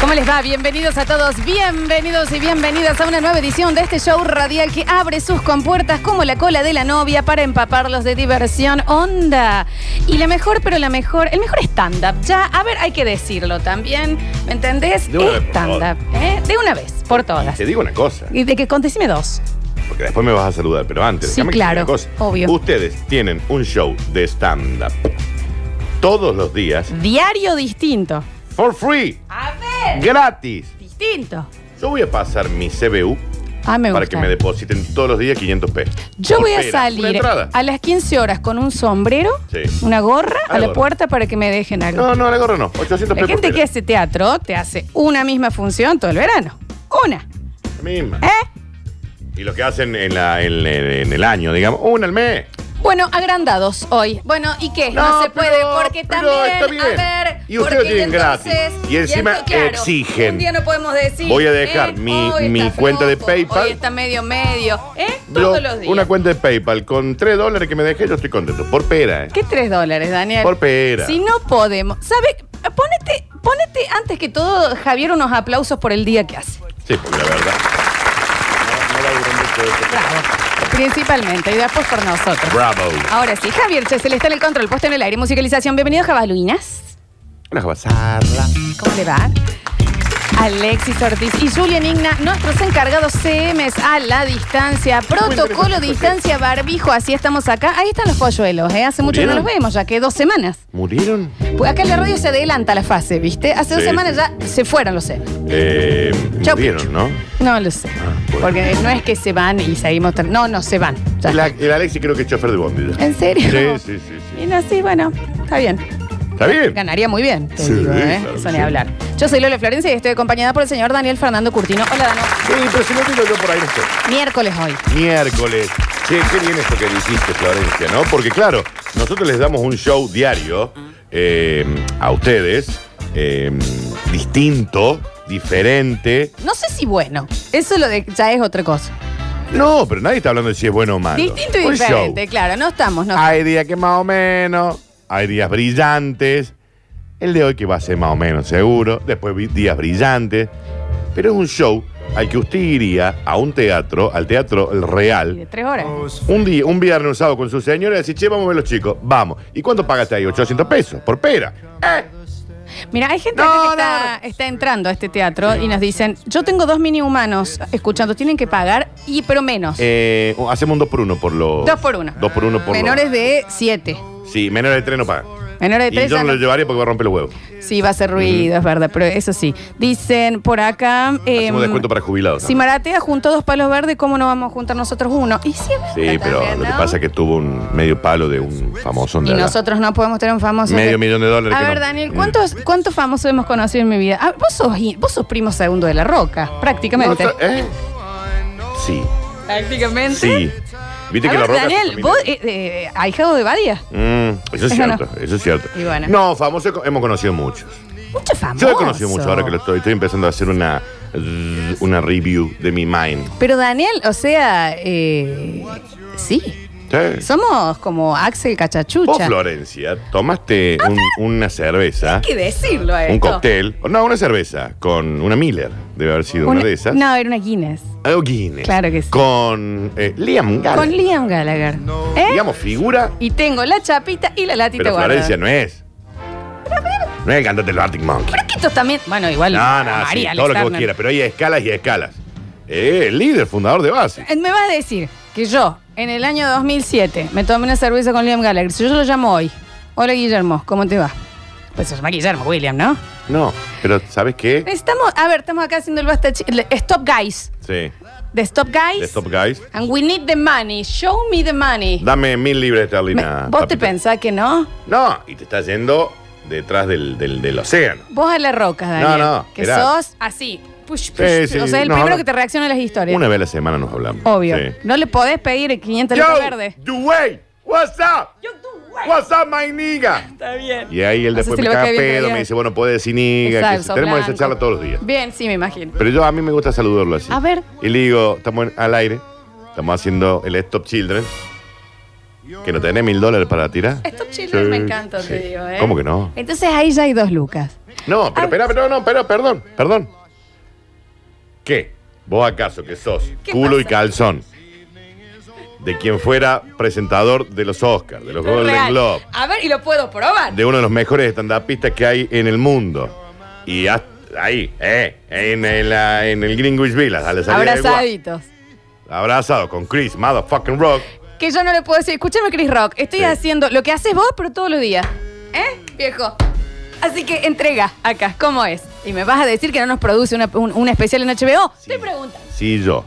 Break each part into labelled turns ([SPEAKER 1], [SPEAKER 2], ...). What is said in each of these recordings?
[SPEAKER 1] ¿Cómo les va? Bienvenidos a todos, bienvenidos y bienvenidas a una nueva edición de este show radial que abre sus compuertas como la cola de la novia para empaparlos de diversión onda. Y la mejor, pero la mejor, el mejor stand-up. Ya, a ver, hay que decirlo también, ¿me entendés?
[SPEAKER 2] De una vez por
[SPEAKER 1] Stand-up, ¿eh? De una vez, por todas.
[SPEAKER 2] Te digo una cosa,
[SPEAKER 1] Y de que contesime dos.
[SPEAKER 2] porque después me vas a saludar, pero antes,
[SPEAKER 1] Sí,
[SPEAKER 2] déjame que te diga
[SPEAKER 1] claro,
[SPEAKER 2] una cosa.
[SPEAKER 1] obvio.
[SPEAKER 2] Ustedes tienen un show de stand-up todos los días,
[SPEAKER 1] Diario distinto.
[SPEAKER 2] for free,
[SPEAKER 1] A ver.
[SPEAKER 2] gratis.
[SPEAKER 1] Distinto.
[SPEAKER 2] Yo voy a pasar mi CBU
[SPEAKER 1] Ah, me gusta.
[SPEAKER 2] para que me depositen todos los días 500 pesos.
[SPEAKER 1] Yo
[SPEAKER 2] Por
[SPEAKER 1] voy a
[SPEAKER 2] pera, una
[SPEAKER 1] salir
[SPEAKER 2] entrada.
[SPEAKER 1] a las 15 horas con un sombrero,
[SPEAKER 2] Sí.
[SPEAKER 1] una gorra
[SPEAKER 2] Ah,
[SPEAKER 1] a la
[SPEAKER 2] gorra.
[SPEAKER 1] puerta para que me dejen algo.
[SPEAKER 2] No, no, la gorra no. 800
[SPEAKER 1] La
[SPEAKER 2] pesos.
[SPEAKER 1] gente que hace teatro te hace una misma función todo el verano. Una.
[SPEAKER 2] es misma.
[SPEAKER 1] ¿Eh?
[SPEAKER 2] Y los que hacen en, la, en, en el año, digamos, una al mes.
[SPEAKER 1] Bueno, agrandados hoy. Bueno, ¿y qué? No,
[SPEAKER 2] No,
[SPEAKER 1] se
[SPEAKER 2] pero-
[SPEAKER 1] puede porque
[SPEAKER 2] pero
[SPEAKER 1] también,
[SPEAKER 2] está bien.
[SPEAKER 1] a ver,
[SPEAKER 2] Y ustedes
[SPEAKER 1] porque
[SPEAKER 2] tienen gratis. Y encima
[SPEAKER 1] ento- claro,
[SPEAKER 2] exigen.
[SPEAKER 1] Un día no podemos decir. ¿eh?
[SPEAKER 2] Voy a dejar mi-
[SPEAKER 1] hoy
[SPEAKER 2] mi
[SPEAKER 1] está
[SPEAKER 2] cuenta de
[SPEAKER 1] flojo,
[SPEAKER 2] PayPal.
[SPEAKER 1] Hoy está medio medio. ¿Eh?
[SPEAKER 2] Yo,
[SPEAKER 1] Todos los días.
[SPEAKER 2] Una cuenta de PayPal con 3 dólares que me dejé, yo estoy contento. Por pera, ¿eh?
[SPEAKER 1] ¿Qué tres dólares, Daniel?
[SPEAKER 2] Por pera.
[SPEAKER 1] Si no podemos. ¿Sabes? Ponete, ponete antes que todo, Javier, unos aplausos por el día que hace.
[SPEAKER 2] Sí, porque la verdad.
[SPEAKER 1] Bravo. Principalmente. Y después por nosotros.
[SPEAKER 2] Bravo.
[SPEAKER 1] Ahora sí, Javier Chesel está en el control, puesto en el aire, musicalización. Bienvenido, Javaluinas.
[SPEAKER 2] Una basarla.
[SPEAKER 1] ¿Cómo le va? Alexis Ortiz y Julian Igna, nuestros encargados CMs a la distancia, protocolo,
[SPEAKER 2] interesante,
[SPEAKER 1] distancia, barbijo, así estamos acá. Ahí están los polluelos, ¿eh? Hace mucho que no los
[SPEAKER 2] ¿Murieron?
[SPEAKER 1] vemos, ya que dos semanas.
[SPEAKER 2] ¿Murieron?
[SPEAKER 1] Pues acá en la radio se adelanta la fase, ¿viste? Hace dos
[SPEAKER 2] Sí,
[SPEAKER 1] semanas
[SPEAKER 2] sí.
[SPEAKER 1] ya se fueron los CMs.
[SPEAKER 2] Eh,
[SPEAKER 1] Chau,
[SPEAKER 2] murieron, ¿no?
[SPEAKER 1] No lo sé.
[SPEAKER 2] Ah, bueno.
[SPEAKER 1] Porque no es que se van y seguimos. tra- No, no, se van. Ya.
[SPEAKER 2] El, el Alexi creo que es chofer de bondilla.
[SPEAKER 1] ¿En serio?
[SPEAKER 2] Sí, sí, sí. sí.
[SPEAKER 1] Y no, sí, bueno, está bien.
[SPEAKER 2] ¿Está bien?
[SPEAKER 1] Ganaría muy bien, te
[SPEAKER 2] Sí,
[SPEAKER 1] digo, ¿eh?
[SPEAKER 2] claro que
[SPEAKER 1] Eso ni
[SPEAKER 2] sí.
[SPEAKER 1] hablar. Yo soy Lola Florencia y estoy acompañada por el señor Daniel Fernando Curtino. Hola, Dano.
[SPEAKER 2] Sí, pero si no digo yo por ahí no estoy.
[SPEAKER 1] Miércoles hoy.
[SPEAKER 2] Miércoles. Che, qué bien esto que dijiste, Florencia, ¿no? Porque claro, nosotros les damos un show diario eh, a ustedes, eh, distinto, diferente.
[SPEAKER 1] No sé si bueno. Eso lo de, ya es otra cosa.
[SPEAKER 2] No, pero nadie está hablando de si es bueno o malo.
[SPEAKER 1] Distinto y
[SPEAKER 2] Ah, Un
[SPEAKER 1] diferente,
[SPEAKER 2] show. Ah.
[SPEAKER 1] claro. No estamos, no.
[SPEAKER 2] Hay días que más o menos, hay días brillantes. El de hoy que va a ser más o menos seguro, después vi- días brillantes. Pero es un show al que usted iría a un teatro, al teatro El
[SPEAKER 1] Y de
[SPEAKER 2] Real,
[SPEAKER 1] tres horas.
[SPEAKER 2] un día, un viernes, un sábado con su señora y decir, che, vamos a ver los chicos, vamos. ¿Y cuánto pagaste ahí? 800 pesos, por pera. ¿Eh?
[SPEAKER 1] Mira, hay gente
[SPEAKER 2] No,
[SPEAKER 1] acá que
[SPEAKER 2] no,
[SPEAKER 1] está, está entrando a este teatro y nos dicen, yo tengo dos mini humanos escuchando, tienen que pagar, y pero menos.
[SPEAKER 2] Eh, hacemos un 2 por 1 por los...
[SPEAKER 1] Dos por uno.
[SPEAKER 2] 2 por 1 por
[SPEAKER 1] menores de siete.
[SPEAKER 2] los... Sí, menores de 3 no pagan.
[SPEAKER 1] Menores de
[SPEAKER 2] Y
[SPEAKER 1] tres.
[SPEAKER 2] yo
[SPEAKER 1] ya
[SPEAKER 2] no lo
[SPEAKER 1] no-
[SPEAKER 2] llevaría porque va a romper los huevos.
[SPEAKER 1] Sí, va a hacer ruido, es verdad, pero eso sí. Dicen por acá. em,
[SPEAKER 2] Hacemos descuento para jubilados.
[SPEAKER 1] Si Maratea juntó dos palos verdes, ¿cómo no vamos a juntar nosotros uno? Y sí, es verdad
[SPEAKER 2] Sí, pero
[SPEAKER 1] también,
[SPEAKER 2] lo que
[SPEAKER 1] ¿no?
[SPEAKER 2] pasa es que tuvo un medio palo de un famoso.
[SPEAKER 1] Y nosotros no podemos tener un famoso.
[SPEAKER 2] Medio
[SPEAKER 1] que-
[SPEAKER 2] millón de dólares
[SPEAKER 1] A
[SPEAKER 2] que
[SPEAKER 1] ver,
[SPEAKER 2] no.
[SPEAKER 1] Daniel,
[SPEAKER 2] Mm.
[SPEAKER 1] ¿cuántos, ¿cuántos famosos hemos conocido en mi vida? Ah, vos, sos, i- vos sos primo segundo de la roca, prácticamente.
[SPEAKER 2] ¿Eh? Sí,
[SPEAKER 1] Prácticamente.
[SPEAKER 2] sí. Viste
[SPEAKER 1] A
[SPEAKER 2] que la
[SPEAKER 1] ver,
[SPEAKER 2] roca.
[SPEAKER 1] Daniel, vos, eh, eh, ahijado de Badia.
[SPEAKER 2] Mm, eso es
[SPEAKER 1] Eso no.
[SPEAKER 2] cierto, eso es cierto.
[SPEAKER 1] Y bueno.
[SPEAKER 2] No, famosos co- hemos conocido muchos.
[SPEAKER 1] Mucho famoso.
[SPEAKER 2] Yo he conocido muchos ahora que lo estoy. Estoy empezando a hacer una, una review de mi mind.
[SPEAKER 1] Pero Daniel, o sea, eh, sí.
[SPEAKER 2] ¿Sí?
[SPEAKER 1] Somos como Axel
[SPEAKER 2] Vos,
[SPEAKER 1] Cachachucha.
[SPEAKER 2] Florencia, tomaste un- una cerveza,
[SPEAKER 1] Hay que decirlo a
[SPEAKER 2] un
[SPEAKER 1] esto.
[SPEAKER 2] cóctel. No, una cerveza con una Miller. Debe haber sido una,
[SPEAKER 1] Una-
[SPEAKER 2] de esas.
[SPEAKER 1] No, era una Guinness.
[SPEAKER 2] O Guinness.
[SPEAKER 1] Claro que sí.
[SPEAKER 2] Con eh, Liam Gallagher.
[SPEAKER 1] Con Liam Gallagher. ¿Eh?
[SPEAKER 2] Digamos, figura.
[SPEAKER 1] Y tengo la chapita y la latita
[SPEAKER 2] Pero
[SPEAKER 1] guardada.
[SPEAKER 2] Florencia no es. No es el cantante de los Arctic Monkeys.
[SPEAKER 1] Pero que estos también. Bueno, igual.
[SPEAKER 2] No, no, sí,
[SPEAKER 1] María,
[SPEAKER 2] todo lo que vos
[SPEAKER 1] Alexander.
[SPEAKER 2] quieras, pero hay escalas y escalas. Eh, el líder, fundador de base.
[SPEAKER 1] Eh, Me vas a decir que yo, en el año 2007, me tomé una cerveza con Liam Gallagher. Si yo lo llamo hoy. Hola, Guillermo, ¿cómo te va? Pues se llama Guillermo William, ¿no?
[SPEAKER 2] No, pero ¿sabes qué?
[SPEAKER 1] Estamos, a ver, estamos acá haciendo el basta. chi- el Stop Guys.
[SPEAKER 2] Sí.
[SPEAKER 1] The Stop Guys.
[SPEAKER 2] The Stop Guys.
[SPEAKER 1] And we need the money. Show me the money.
[SPEAKER 2] Dame mil libras
[SPEAKER 1] Me-
[SPEAKER 2] esterlinas.
[SPEAKER 1] ¿Vos te
[SPEAKER 2] papito.
[SPEAKER 1] pensás que no?
[SPEAKER 2] No, y te estás yendo detrás del, del, del océano.
[SPEAKER 1] Vos a la roca, Daniel.
[SPEAKER 2] No, no,
[SPEAKER 1] Que
[SPEAKER 2] mirá.
[SPEAKER 1] sos así. Push, push.
[SPEAKER 2] Sí, sí,
[SPEAKER 1] o sea, el
[SPEAKER 2] nos
[SPEAKER 1] primero
[SPEAKER 2] habla-
[SPEAKER 1] que te reacciona a las historias.
[SPEAKER 2] Una vez a la semana nos hablamos.
[SPEAKER 1] Obvio.
[SPEAKER 2] Sí.
[SPEAKER 1] No le podés pedir 500 lucas verdes.
[SPEAKER 2] Yo, Duway, what's up? What's up, my nigga?
[SPEAKER 1] Está bien.
[SPEAKER 2] Y ahí él
[SPEAKER 1] No sé
[SPEAKER 2] después
[SPEAKER 1] si
[SPEAKER 2] me
[SPEAKER 1] le va a
[SPEAKER 2] caga
[SPEAKER 1] caer bien,
[SPEAKER 2] pedo,
[SPEAKER 1] Javier.
[SPEAKER 2] me dice, bueno, puedes decir niga.
[SPEAKER 1] Exacto,
[SPEAKER 2] que sí.
[SPEAKER 1] sos
[SPEAKER 2] tenemos esa
[SPEAKER 1] blanco.
[SPEAKER 2] charla todos los días.
[SPEAKER 1] Bien, sí, me imagino.
[SPEAKER 2] Pero yo a mí me gusta saludarlo así.
[SPEAKER 1] A ver.
[SPEAKER 2] Y le digo, estamos en- al aire, estamos haciendo el Stop Children. que no tenés mil dólares para tirar.
[SPEAKER 1] Estos chicos me encantan,
[SPEAKER 2] sí.
[SPEAKER 1] te digo, ¿eh?
[SPEAKER 2] ¿Cómo que no?
[SPEAKER 1] Entonces ahí ya hay dos lucas.
[SPEAKER 2] No, pero espera, pero no, pero perdón, perdón. ¿Qué? ¿Vos acaso que sos
[SPEAKER 1] ¿Qué
[SPEAKER 2] culo
[SPEAKER 1] pasa?
[SPEAKER 2] y calzón? De quien fuera presentador de los Oscars, de los Golden
[SPEAKER 1] Real.
[SPEAKER 2] Globes,
[SPEAKER 1] A ver, y lo puedo probar.
[SPEAKER 2] de uno de los mejores stand-upistas que hay en el mundo. Y haz- ahí, eh, en el, ah, en el Greenwich Village, a la salida de Guam.
[SPEAKER 1] Abrazaditos.
[SPEAKER 2] Abrazado con Chris, motherfucking rock.
[SPEAKER 1] Que yo no le puedo decir, escúchame Chris Rock, estoy
[SPEAKER 2] Sí.
[SPEAKER 1] haciendo lo que haces vos, pero todos los días. ¿Eh, viejo? Así que entrega acá, ¿cómo es? Y me vas a decir que no nos produce una, un, un especial en HBO. Te preguntan.
[SPEAKER 2] Si yo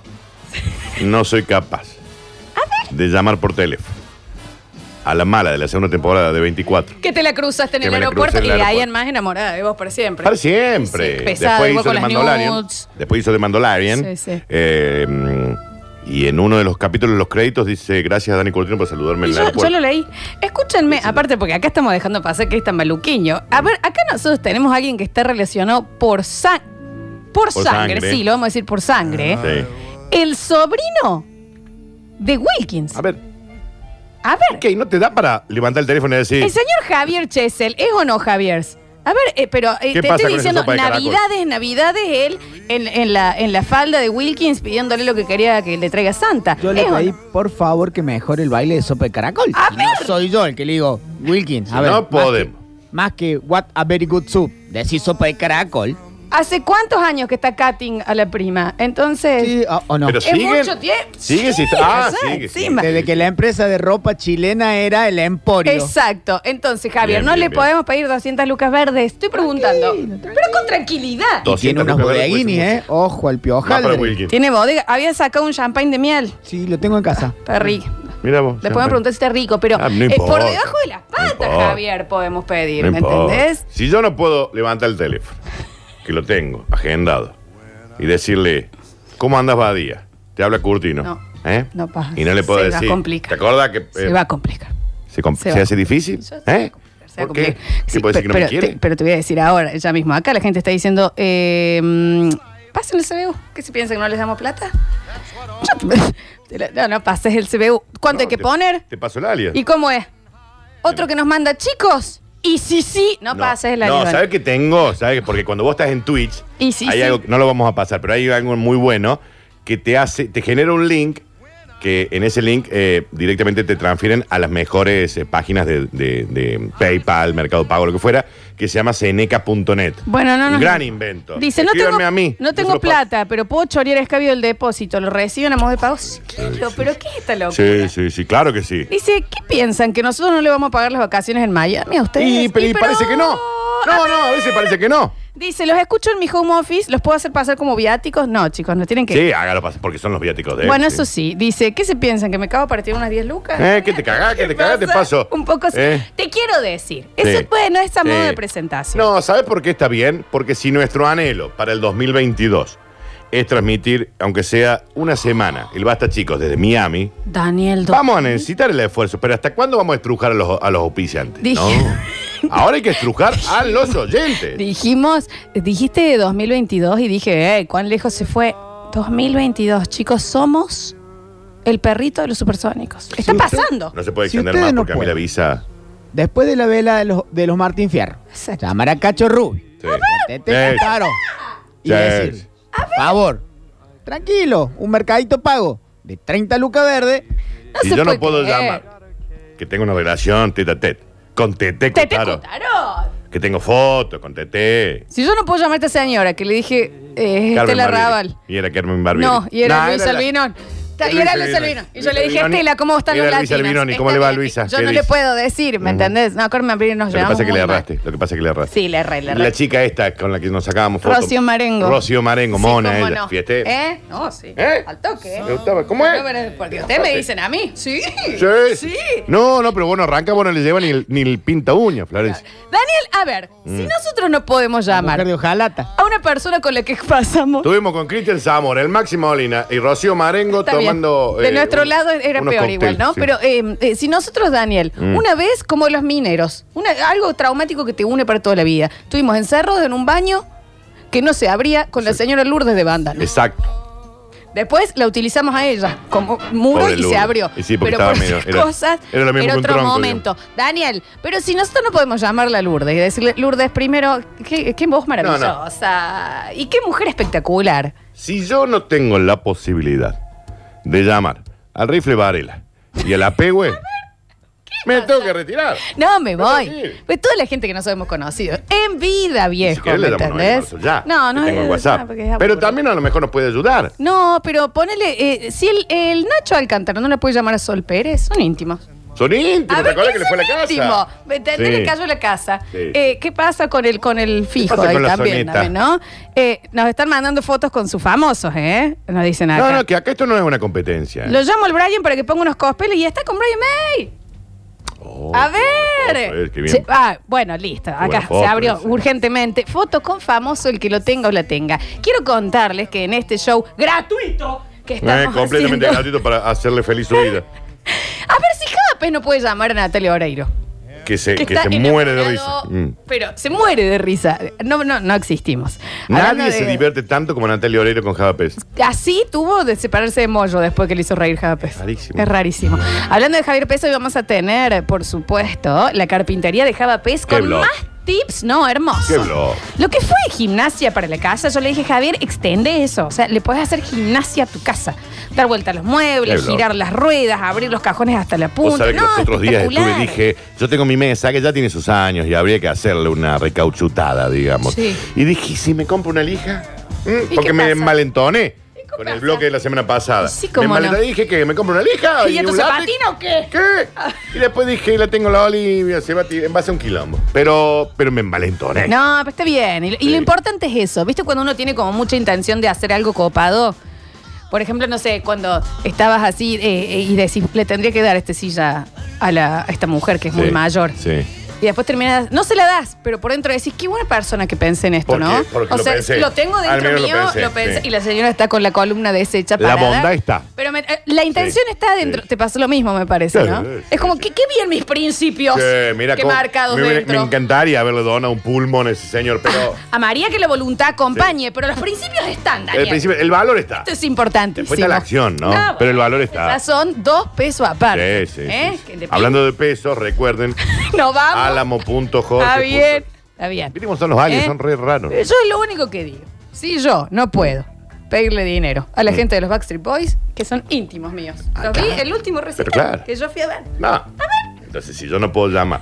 [SPEAKER 2] no soy capaz de llamar por teléfono a la mala de la segunda temporada de 24.
[SPEAKER 1] Que te la cruzaste en
[SPEAKER 2] Que
[SPEAKER 1] el
[SPEAKER 2] me la
[SPEAKER 1] aeropuerto
[SPEAKER 2] crucé
[SPEAKER 1] y
[SPEAKER 2] en el
[SPEAKER 1] de ahí
[SPEAKER 2] aeropuerto.
[SPEAKER 1] en más enamorada de vos por siempre.
[SPEAKER 2] Para siempre.
[SPEAKER 1] Sí, pesado, vos
[SPEAKER 2] después, hizo
[SPEAKER 1] con
[SPEAKER 2] de
[SPEAKER 1] las
[SPEAKER 2] Mandalorian,
[SPEAKER 1] nudes.
[SPEAKER 2] después hizo de Mandalorian.
[SPEAKER 1] Sí, sí.
[SPEAKER 2] Eh, mm, y en uno de los capítulos, los créditos, dice: Gracias a Dani Coutinho por saludarme
[SPEAKER 1] Y
[SPEAKER 2] en el
[SPEAKER 1] yo, yo
[SPEAKER 2] aeropuerto.
[SPEAKER 1] lo leí. Escúchenme, aparte porque acá estamos dejando pasar que es tan maluquiño. A ver, acá nosotros tenemos a alguien que está relacionado por sang por,
[SPEAKER 2] Por
[SPEAKER 1] sangre,
[SPEAKER 2] sangre. Ah,
[SPEAKER 1] sí, lo vamos a decir por sangre.
[SPEAKER 2] Sí.
[SPEAKER 1] El sobrino de Wilkins.
[SPEAKER 2] A ver,
[SPEAKER 1] A ver,
[SPEAKER 2] ok, no te da para levantar el teléfono y decir.
[SPEAKER 1] el señor Javier Chesel, ¿es o no Javier? A ver, eh, pero eh,
[SPEAKER 2] ¿Qué
[SPEAKER 1] te
[SPEAKER 2] pasa
[SPEAKER 1] estoy
[SPEAKER 2] con esa
[SPEAKER 1] diciendo,
[SPEAKER 2] sopa de caracol?
[SPEAKER 1] navidades, navidades, él en, en la, en la falda de Wilkins pidiéndole lo que quería que le traiga Santa.
[SPEAKER 3] Yo le
[SPEAKER 1] ¿Es o
[SPEAKER 3] pedí,
[SPEAKER 1] no?
[SPEAKER 3] por favor, que mejore el baile de sopa de caracol.
[SPEAKER 1] A
[SPEAKER 3] Y
[SPEAKER 1] ver.
[SPEAKER 3] No soy yo el que le digo, Wilkins. A ver,
[SPEAKER 2] no
[SPEAKER 3] más
[SPEAKER 2] podemos.
[SPEAKER 3] que- Más que, what a very good soup. Decir sopa de caracol.
[SPEAKER 1] ¿Hace cuántos años que está cutting a la prima? Entonces...
[SPEAKER 3] Sí, o, o no.
[SPEAKER 2] Pero siguen.
[SPEAKER 1] mucho tiempo.
[SPEAKER 2] Sigue
[SPEAKER 1] Sí,
[SPEAKER 2] si está. Ah,
[SPEAKER 1] o sea,
[SPEAKER 2] sigue.
[SPEAKER 1] encima.
[SPEAKER 3] Desde que la empresa de ropa chilena era el Emporio.
[SPEAKER 1] Exacto. Entonces, Javier,
[SPEAKER 2] Bien,
[SPEAKER 1] no
[SPEAKER 2] bien,
[SPEAKER 1] le
[SPEAKER 2] bien.
[SPEAKER 1] podemos pedir 200 lucas verdes. Estoy preguntando. Pero con tranquilidad.
[SPEAKER 3] Y tiene
[SPEAKER 2] 200
[SPEAKER 3] unos
[SPEAKER 2] lucas verdes,
[SPEAKER 3] bodeguinis,
[SPEAKER 2] cuesta
[SPEAKER 3] ¿eh? Ojo al
[SPEAKER 2] Más para
[SPEAKER 3] piojal.
[SPEAKER 2] Wilkins.
[SPEAKER 1] Tiene bodega. Había sacado un champagne de miel.
[SPEAKER 3] Sí, lo tengo en casa.
[SPEAKER 1] Está rico.
[SPEAKER 2] Mira vos.
[SPEAKER 1] Después me pregunté si está rico, pero
[SPEAKER 2] Ah, no
[SPEAKER 1] eh, por
[SPEAKER 2] importa.
[SPEAKER 1] debajo de las
[SPEAKER 2] No
[SPEAKER 1] patas,
[SPEAKER 2] importa.
[SPEAKER 1] Javier, podemos pedir,
[SPEAKER 2] No
[SPEAKER 1] ¿me
[SPEAKER 2] importa.
[SPEAKER 1] entendés?
[SPEAKER 2] Si yo no puedo levantar el teléfono, que lo tengo agendado, y decirle, ¿cómo andas, Badía? Te habla Curtino.
[SPEAKER 1] No.
[SPEAKER 2] ¿Eh?
[SPEAKER 1] No pasa.
[SPEAKER 2] Y no le puedo
[SPEAKER 1] Se va a
[SPEAKER 2] decir.
[SPEAKER 1] complicar.
[SPEAKER 2] ¿Te acordás que eh,
[SPEAKER 1] Se va a complicar.
[SPEAKER 2] se, com-
[SPEAKER 1] se
[SPEAKER 2] se
[SPEAKER 1] va.
[SPEAKER 2] hace difícil?
[SPEAKER 1] Yo- se va a
[SPEAKER 2] ¿Eh?
[SPEAKER 1] complicar, se va a
[SPEAKER 2] ¿Por qué?
[SPEAKER 1] complicar.
[SPEAKER 2] ¿Qué
[SPEAKER 1] Sí,
[SPEAKER 2] puede decir
[SPEAKER 1] pero,
[SPEAKER 2] que no me
[SPEAKER 1] pero
[SPEAKER 2] quiere?
[SPEAKER 1] te, pero te voy a decir ahora, ya mismo. Acá la gente está diciendo, eh, mm, pasen el CBU. ¿Qué se piensa que no les damos plata? Yo te- no, no pases el CBU. ¿Cuánto
[SPEAKER 2] No,
[SPEAKER 1] hay que
[SPEAKER 2] te-
[SPEAKER 1] poner?
[SPEAKER 2] Te paso el alias.
[SPEAKER 1] ¿Y cómo es? Otro que nos manda, chicos. Y si sí, no, pases el
[SPEAKER 2] No,
[SPEAKER 1] alias.
[SPEAKER 2] ¿sabes qué tengo? ¿Sabes? Porque cuando vos estás en Twitch,
[SPEAKER 1] Y sí,
[SPEAKER 2] hay
[SPEAKER 1] sí.
[SPEAKER 2] algo, no lo vamos a pasar, pero hay algo muy bueno que te hace, te genera un link que en ese link eh, directamente te transfieren a las mejores eh, páginas de, de- de PayPal, Mercado Pago, lo que fuera, que se llama ceneca.net.
[SPEAKER 1] Bueno, no, no.
[SPEAKER 2] Un gran invento.
[SPEAKER 1] Dice, no
[SPEAKER 2] Escríbanme
[SPEAKER 1] tengo,
[SPEAKER 2] a mí.
[SPEAKER 1] no
[SPEAKER 2] Yo
[SPEAKER 1] tengo
[SPEAKER 2] se lo paso.
[SPEAKER 1] plata, pero puedo chorear escabio del depósito. ¿Lo reciben a modo de pago? Sí, claro, pero ¿qué es esta locura?
[SPEAKER 2] Sí, sí, sí, claro que sí.
[SPEAKER 1] Dice, ¿qué piensan? ¿Que nosotros no le vamos a pagar las vacaciones en Miami a ustedes?
[SPEAKER 2] Y, pero- y
[SPEAKER 1] pero- Ah,
[SPEAKER 2] parece que no. No, no, a veces parece que no.
[SPEAKER 1] Dice, los escucho en mi home office, los puedo hacer pasar como viáticos. No, chicos, no tienen que.
[SPEAKER 2] Sí, hágalo, pas- porque son los viáticos de él,
[SPEAKER 1] Bueno,
[SPEAKER 2] sí.
[SPEAKER 1] eso sí. Dice, ¿qué se piensan? ¿Que me acabo de partir unas 10 lucas?
[SPEAKER 2] Eh, que te cagás, que te cagás, te
[SPEAKER 1] pasa?
[SPEAKER 2] paso.
[SPEAKER 1] Un poco así.
[SPEAKER 2] Eh.
[SPEAKER 1] Te quiero decir. Eso
[SPEAKER 2] Sí.
[SPEAKER 1] bueno, es a modo
[SPEAKER 2] Sí.
[SPEAKER 1] de presentación.
[SPEAKER 2] Eh, No, ¿sabes por qué está bien? Porque si nuestro anhelo para el 2022 es transmitir, aunque sea una semana, el Basta Chicos desde Miami,
[SPEAKER 1] Daniel Do-
[SPEAKER 2] vamos a necesitar el esfuerzo. Pero ¿hasta cuándo vamos a estrujar a los, a los auspiciantes?
[SPEAKER 1] Dije-
[SPEAKER 2] No. Ahora hay que estrujar a los oyentes.
[SPEAKER 1] Dijimos, dijiste de 2022 y dije, eh, ¿cuán lejos se fue? 2022, chicos, somos el perrito de los supersónicos. Está
[SPEAKER 3] usted-
[SPEAKER 1] pasando.
[SPEAKER 2] No se puede
[SPEAKER 3] Si
[SPEAKER 2] extender
[SPEAKER 3] ustedes
[SPEAKER 2] más
[SPEAKER 3] no
[SPEAKER 2] porque a mí la
[SPEAKER 3] pueden.
[SPEAKER 2] visa.
[SPEAKER 3] Después de la vela de los, de los Martín Fierro.
[SPEAKER 1] Exacto.
[SPEAKER 3] Llamar a Cacho Rubio.
[SPEAKER 2] Sí.
[SPEAKER 3] Te, te
[SPEAKER 2] Sí.
[SPEAKER 3] contaron. Y
[SPEAKER 2] Sí.
[SPEAKER 3] decir, por favor, tranquilo, un mercadito pago de 30 lucas verde.
[SPEAKER 1] No
[SPEAKER 2] Si
[SPEAKER 1] se
[SPEAKER 2] yo
[SPEAKER 1] puede
[SPEAKER 2] no puedo
[SPEAKER 1] creer.
[SPEAKER 2] llamar, que tengo una relación tete a tete, con Tete
[SPEAKER 1] Tete
[SPEAKER 2] Cutaro,
[SPEAKER 1] Cutaro.
[SPEAKER 2] que tengo fotos con Tete.
[SPEAKER 1] Si yo no puedo llamar a esta señora que le dije, eh,
[SPEAKER 2] Carmen
[SPEAKER 1] Estela
[SPEAKER 2] Barbieri.
[SPEAKER 1] Raval.
[SPEAKER 2] Y era Carmen Barbieri.
[SPEAKER 1] No, y era
[SPEAKER 2] Nah,
[SPEAKER 1] Luis
[SPEAKER 2] la-
[SPEAKER 1] Albinón. Ta-
[SPEAKER 2] Era
[SPEAKER 1] Y era
[SPEAKER 2] Luis
[SPEAKER 1] Luis
[SPEAKER 2] Albinoni.
[SPEAKER 1] Albinón. Y
[SPEAKER 2] Luis
[SPEAKER 1] yo le dije,
[SPEAKER 2] Albinoni.
[SPEAKER 1] Estela, ¿cómo están
[SPEAKER 2] Era
[SPEAKER 1] los
[SPEAKER 2] Luis
[SPEAKER 1] latinos?
[SPEAKER 2] Albinoni, ¿cómo
[SPEAKER 1] Está
[SPEAKER 2] le va a
[SPEAKER 1] bien.
[SPEAKER 2] Luisa?
[SPEAKER 1] Yo
[SPEAKER 2] ¿Qué
[SPEAKER 1] no le
[SPEAKER 2] dice?
[SPEAKER 1] puedo decir, ¿me entendés? No, Carmen Abril nos
[SPEAKER 2] Lo que
[SPEAKER 1] llevamos
[SPEAKER 2] pasa es que
[SPEAKER 1] muy
[SPEAKER 2] le
[SPEAKER 1] mal.
[SPEAKER 2] erraste. Lo que pasa es que le erraste.
[SPEAKER 1] Sí, le erré, le erré.
[SPEAKER 2] La chica esta con la que nos sacábamos fotos.
[SPEAKER 1] Rocío Marengo.
[SPEAKER 2] Rocío Marengo,
[SPEAKER 1] Sí,
[SPEAKER 2] mona
[SPEAKER 1] cómo
[SPEAKER 2] ella.
[SPEAKER 1] no.
[SPEAKER 2] Fíjate.
[SPEAKER 1] ¿Eh? No, sí.
[SPEAKER 2] ¿Eh?
[SPEAKER 1] Al toque. ¿eh?
[SPEAKER 2] Me gustaba. ¿Cómo
[SPEAKER 1] No,
[SPEAKER 2] es?
[SPEAKER 1] pero porque ustedes me dicen a mí. Sí.
[SPEAKER 2] Sí.
[SPEAKER 1] Sí.
[SPEAKER 2] No, no, pero bueno, arranca, bueno, le lleva ni el, ni el pinta uña, Florencia.
[SPEAKER 1] Daniel, a ver,
[SPEAKER 2] Mm.
[SPEAKER 1] si nosotros no podemos
[SPEAKER 3] Mujer
[SPEAKER 1] llamar
[SPEAKER 3] de hojalata.
[SPEAKER 1] a una persona con la que pasamos.
[SPEAKER 2] Tuvimos con Cristian Zamora, el Máximo Molina y Rocío Marengo
[SPEAKER 1] Está bien.
[SPEAKER 2] tomando.
[SPEAKER 1] de
[SPEAKER 2] eh,
[SPEAKER 1] nuestro
[SPEAKER 2] un-
[SPEAKER 1] lado era
[SPEAKER 2] unos
[SPEAKER 1] peor igual,
[SPEAKER 2] cócteles,
[SPEAKER 1] ¿no?
[SPEAKER 2] sí. Mm.
[SPEAKER 1] Pero eh, eh, si nosotros, Daniel, una vez como los mineros, una- algo traumático que te une para toda la vida. Estuvimos encerrados en un baño que no se abría con la señora Lourdes de banda.
[SPEAKER 2] Exacto.
[SPEAKER 1] Después la utilizamos a ella como muro
[SPEAKER 2] Pobre
[SPEAKER 1] y se
[SPEAKER 2] Lourdes.
[SPEAKER 1] abrió.
[SPEAKER 2] Y sí,
[SPEAKER 1] pero
[SPEAKER 2] porque estaba
[SPEAKER 1] por
[SPEAKER 2] medio-
[SPEAKER 1] esas
[SPEAKER 2] era-
[SPEAKER 1] cosas
[SPEAKER 2] era lo mismo que un
[SPEAKER 1] otro
[SPEAKER 2] tronco,
[SPEAKER 1] momento. Daniel, pero si nosotros no podemos llamarla Lourdes y decirle, Lourdes, primero, qué, qué voz maravillosa y qué mujer espectacular.
[SPEAKER 2] Si yo no tengo la posibilidad de llamar al rifle Varela y al apegüe, me tengo que retirar.
[SPEAKER 1] No me voy.
[SPEAKER 2] sí.
[SPEAKER 1] Pues toda la gente que nosotros hemos conocido. En vida, viejo.
[SPEAKER 2] si querés
[SPEAKER 1] ¿me
[SPEAKER 2] le damos nueve de
[SPEAKER 1] entendés?
[SPEAKER 2] marzo ya.
[SPEAKER 1] No, no
[SPEAKER 2] Que tengo el
[SPEAKER 1] es-
[SPEAKER 2] WhatsApp.
[SPEAKER 1] no, porque es
[SPEAKER 2] Pero
[SPEAKER 1] aburrido.
[SPEAKER 2] también a lo mejor nos puede ayudar.
[SPEAKER 1] No, pero ponele. eh, si el, el Nacho Alcántara no le puede llamar a Sol Pérez, son íntimos.
[SPEAKER 2] Son íntimos, ¿te acuerdas que le fue a la
[SPEAKER 1] es
[SPEAKER 2] casa?
[SPEAKER 1] íntimo? ¿Me entendés?
[SPEAKER 2] Sí.
[SPEAKER 1] Le cayó la casa.
[SPEAKER 2] Sí.
[SPEAKER 1] Eh, ¿Qué pasa con el, con el fijo
[SPEAKER 2] pasa
[SPEAKER 1] ahí
[SPEAKER 2] con la
[SPEAKER 1] también?
[SPEAKER 2] zoneta?
[SPEAKER 1] dame, ¿no? Eh, nos están mandando fotos con sus famosos, ¿eh? Nos dicen acá.
[SPEAKER 2] No, no, que acá esto no es una competencia. ¿eh?
[SPEAKER 1] Lo llamo al Brian para que ponga unos cospeles y está con Brian May.
[SPEAKER 2] Oh,
[SPEAKER 1] A
[SPEAKER 2] oh,
[SPEAKER 1] ver.
[SPEAKER 2] oh, ver, qué bien.
[SPEAKER 1] Se- ah, bueno, listo. Acá
[SPEAKER 2] buena foto
[SPEAKER 1] se abrió
[SPEAKER 2] esa.
[SPEAKER 1] urgentemente. Foto con famoso, el que lo tenga o la tenga. Quiero contarles que en este show gratuito que
[SPEAKER 2] No
[SPEAKER 1] estamos
[SPEAKER 2] es Eh, completamente
[SPEAKER 1] haciendo-
[SPEAKER 2] gratuito para hacerle feliz su vida.
[SPEAKER 1] A ver si Japes no puede llamar a Natalia Oreiro.
[SPEAKER 2] Que se, Eh, que
[SPEAKER 1] está
[SPEAKER 2] se muere de risa.
[SPEAKER 1] enamorado,
[SPEAKER 2] Mm.
[SPEAKER 1] Pero se muere de risa. No, no, no existimos. Hablando
[SPEAKER 2] Nadie
[SPEAKER 1] de-
[SPEAKER 2] se divierte tanto como Natalia Oreiro con Java Pérez.
[SPEAKER 1] Así tuvo de separarse de Moyo después que le hizo reír Javier Pez.
[SPEAKER 2] Rarísimo.
[SPEAKER 1] Es rarísimo. Hablando de Javier Pez, hoy vamos a tener, por supuesto, la carpintería de Java Pez
[SPEAKER 2] Qué
[SPEAKER 1] con
[SPEAKER 2] blog.
[SPEAKER 1] más tips. No, hermoso.
[SPEAKER 2] Qué blog.
[SPEAKER 1] Lo que fue gimnasia para la casa, yo le dije, Javier, extende eso. O sea, le puedes hacer gimnasia a tu casa. Dar vuelta a los
[SPEAKER 2] Qué
[SPEAKER 1] muebles,
[SPEAKER 2] blog.
[SPEAKER 1] girar las ruedas, abrir los cajones hasta la punta.
[SPEAKER 2] Vos sabés que
[SPEAKER 1] No,
[SPEAKER 2] los otros días estuve
[SPEAKER 1] espectacular.
[SPEAKER 2] y dije, yo tengo mi mesa que ya tiene sus años y habría que hacerle una recauchutada, digamos.
[SPEAKER 1] Sí.
[SPEAKER 2] Y dije, ¿y si me compro una lija? ¿Mm?
[SPEAKER 1] qué
[SPEAKER 2] Porque me
[SPEAKER 1] pasa?
[SPEAKER 2] malentoné
[SPEAKER 1] ¿Y qué
[SPEAKER 2] con
[SPEAKER 1] pasa?
[SPEAKER 2] el bloque de la semana pasada.
[SPEAKER 1] Sí, cómo
[SPEAKER 2] me malentoné
[SPEAKER 1] no.
[SPEAKER 2] y dije que me compro una lija.
[SPEAKER 1] ¿Y a tu
[SPEAKER 2] un lápiz.
[SPEAKER 1] zapatina o qué?
[SPEAKER 2] ¿Qué? Y después dije, la tengo la Oli se va a ti- va a ser un quilombo. Pero, pero me malentoné.
[SPEAKER 1] No, pero está bien. Y, y
[SPEAKER 2] Sí.
[SPEAKER 1] lo importante es eso. ¿Viste cuando uno tiene como mucha intención de hacer algo copado? Por ejemplo, no sé, cuando estabas así eh, eh, y decís, le tendría que dar esta silla a, la, a esta mujer que es
[SPEAKER 2] Sí,
[SPEAKER 1] muy mayor.
[SPEAKER 2] Sí.
[SPEAKER 1] Y después terminas, no se la das, pero por dentro decís, qué buena persona que pensé en esto,
[SPEAKER 2] Porque-
[SPEAKER 1] ¿no?
[SPEAKER 2] porque
[SPEAKER 1] o
[SPEAKER 2] lo
[SPEAKER 1] sea,
[SPEAKER 2] pensé.
[SPEAKER 1] lo tengo
[SPEAKER 2] Al
[SPEAKER 1] dentro
[SPEAKER 2] menos lo
[SPEAKER 1] mío,
[SPEAKER 2] pensé, sí.
[SPEAKER 1] y la señora está con la columna deshecha
[SPEAKER 2] La
[SPEAKER 1] parada.
[SPEAKER 2] bondad está.
[SPEAKER 1] Pero me- eh, la intención
[SPEAKER 2] Sí,
[SPEAKER 1] está dentro.
[SPEAKER 2] sí.
[SPEAKER 1] Te pasó lo mismo, me parece,
[SPEAKER 2] Sí,
[SPEAKER 1] ¿no?
[SPEAKER 2] sí,
[SPEAKER 1] es como,
[SPEAKER 2] sí.
[SPEAKER 1] que qué bien mis principios
[SPEAKER 2] Che, mira
[SPEAKER 1] que
[SPEAKER 2] cómo-
[SPEAKER 1] marcados
[SPEAKER 2] me, hubiera-
[SPEAKER 1] dentro.
[SPEAKER 2] me encantaría haberle donado un pulmón a ese señor, pero
[SPEAKER 1] A María que la voluntad acompañe, pero los principios están, Daniel.
[SPEAKER 2] el, principio, el valor está.
[SPEAKER 1] Esto es importante.
[SPEAKER 2] Después está la acción, ¿no?
[SPEAKER 1] Ah,
[SPEAKER 2] Pero el valor
[SPEAKER 1] Ya
[SPEAKER 2] está.
[SPEAKER 1] son dos pesos aparte.
[SPEAKER 2] Sí, sí,
[SPEAKER 1] ¿eh?
[SPEAKER 2] sí, sí.
[SPEAKER 1] Que le-
[SPEAKER 2] Hablando de pesos, recuerden
[SPEAKER 1] No vamos.
[SPEAKER 2] álamo.jorge.
[SPEAKER 1] Está bien, está bien.
[SPEAKER 2] Viste cómo son los aliens,
[SPEAKER 1] ¿Eh?
[SPEAKER 2] son re raros.
[SPEAKER 1] Pero Yo es lo único que digo. Si yo no puedo pedirle dinero a
[SPEAKER 2] Mm.
[SPEAKER 1] la gente de los Backstreet Boys, que son íntimos míos. Los vi el último recital
[SPEAKER 2] claro.
[SPEAKER 1] que yo fui a ver.
[SPEAKER 2] No. Entonces, si yo no puedo llamar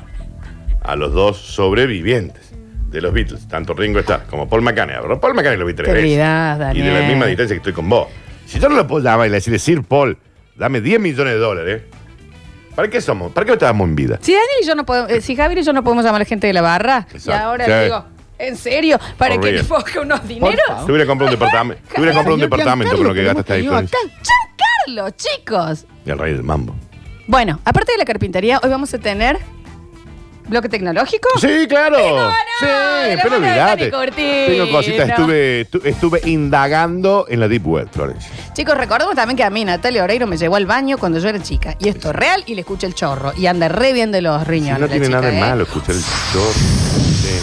[SPEAKER 2] a los dos sobrevivientes de los Beatles, tanto Ringo Starr como Paul McCartney, pero Paul McCartney lo vi tres
[SPEAKER 1] Te
[SPEAKER 2] veces.
[SPEAKER 1] olvidás, Daniel.
[SPEAKER 2] Y de la misma distancia que estoy con vos. Si yo no lo puedo llamar y le decirle, Sir Paul, dame 10 millones de dólares, ¿para qué somos? ¿Para qué estábamos en vida?
[SPEAKER 1] Si Daniel y yo no podemos, eh, si Javier y yo no podemos llamar a la gente de la barra,
[SPEAKER 2] Exacto.
[SPEAKER 1] y ahora
[SPEAKER 2] Sí.
[SPEAKER 1] le digo, ¿en serio? ¿Para
[SPEAKER 2] Por
[SPEAKER 1] que
[SPEAKER 2] real.
[SPEAKER 1] le ponga unos dineros?
[SPEAKER 3] favor.
[SPEAKER 2] Te hubiera comprado un departamento, te hubiera comprado un
[SPEAKER 3] Señor
[SPEAKER 2] departamento con lo que
[SPEAKER 3] Giancarlo,
[SPEAKER 2] gastas ahí.
[SPEAKER 3] tenemos
[SPEAKER 2] Florencia.
[SPEAKER 1] Giancarlo, chicos.
[SPEAKER 2] Y el rey del mambo.
[SPEAKER 1] Bueno, aparte de la carpintería, hoy vamos a tener bloque tecnológico.
[SPEAKER 2] Sí, claro.
[SPEAKER 1] no?
[SPEAKER 2] Sí,
[SPEAKER 1] De la
[SPEAKER 2] pero
[SPEAKER 1] mano de
[SPEAKER 2] olvídate.
[SPEAKER 1] Dani Curtino.
[SPEAKER 2] Tengo cositas. Estuve, tu- estuve indagando en la Deep Web, Florencia.
[SPEAKER 1] Chicos, recordemos también que a mí Natalia Oreiro me llevó al baño cuando yo era chica. Y esto es real y le escuché el chorro. Y anda re bien de los
[SPEAKER 2] Sí,
[SPEAKER 1] riñones.
[SPEAKER 2] no
[SPEAKER 1] la
[SPEAKER 2] tiene
[SPEAKER 1] chica,
[SPEAKER 2] nada de
[SPEAKER 1] ¿eh?
[SPEAKER 2] malo escuchar el chorro. Sí,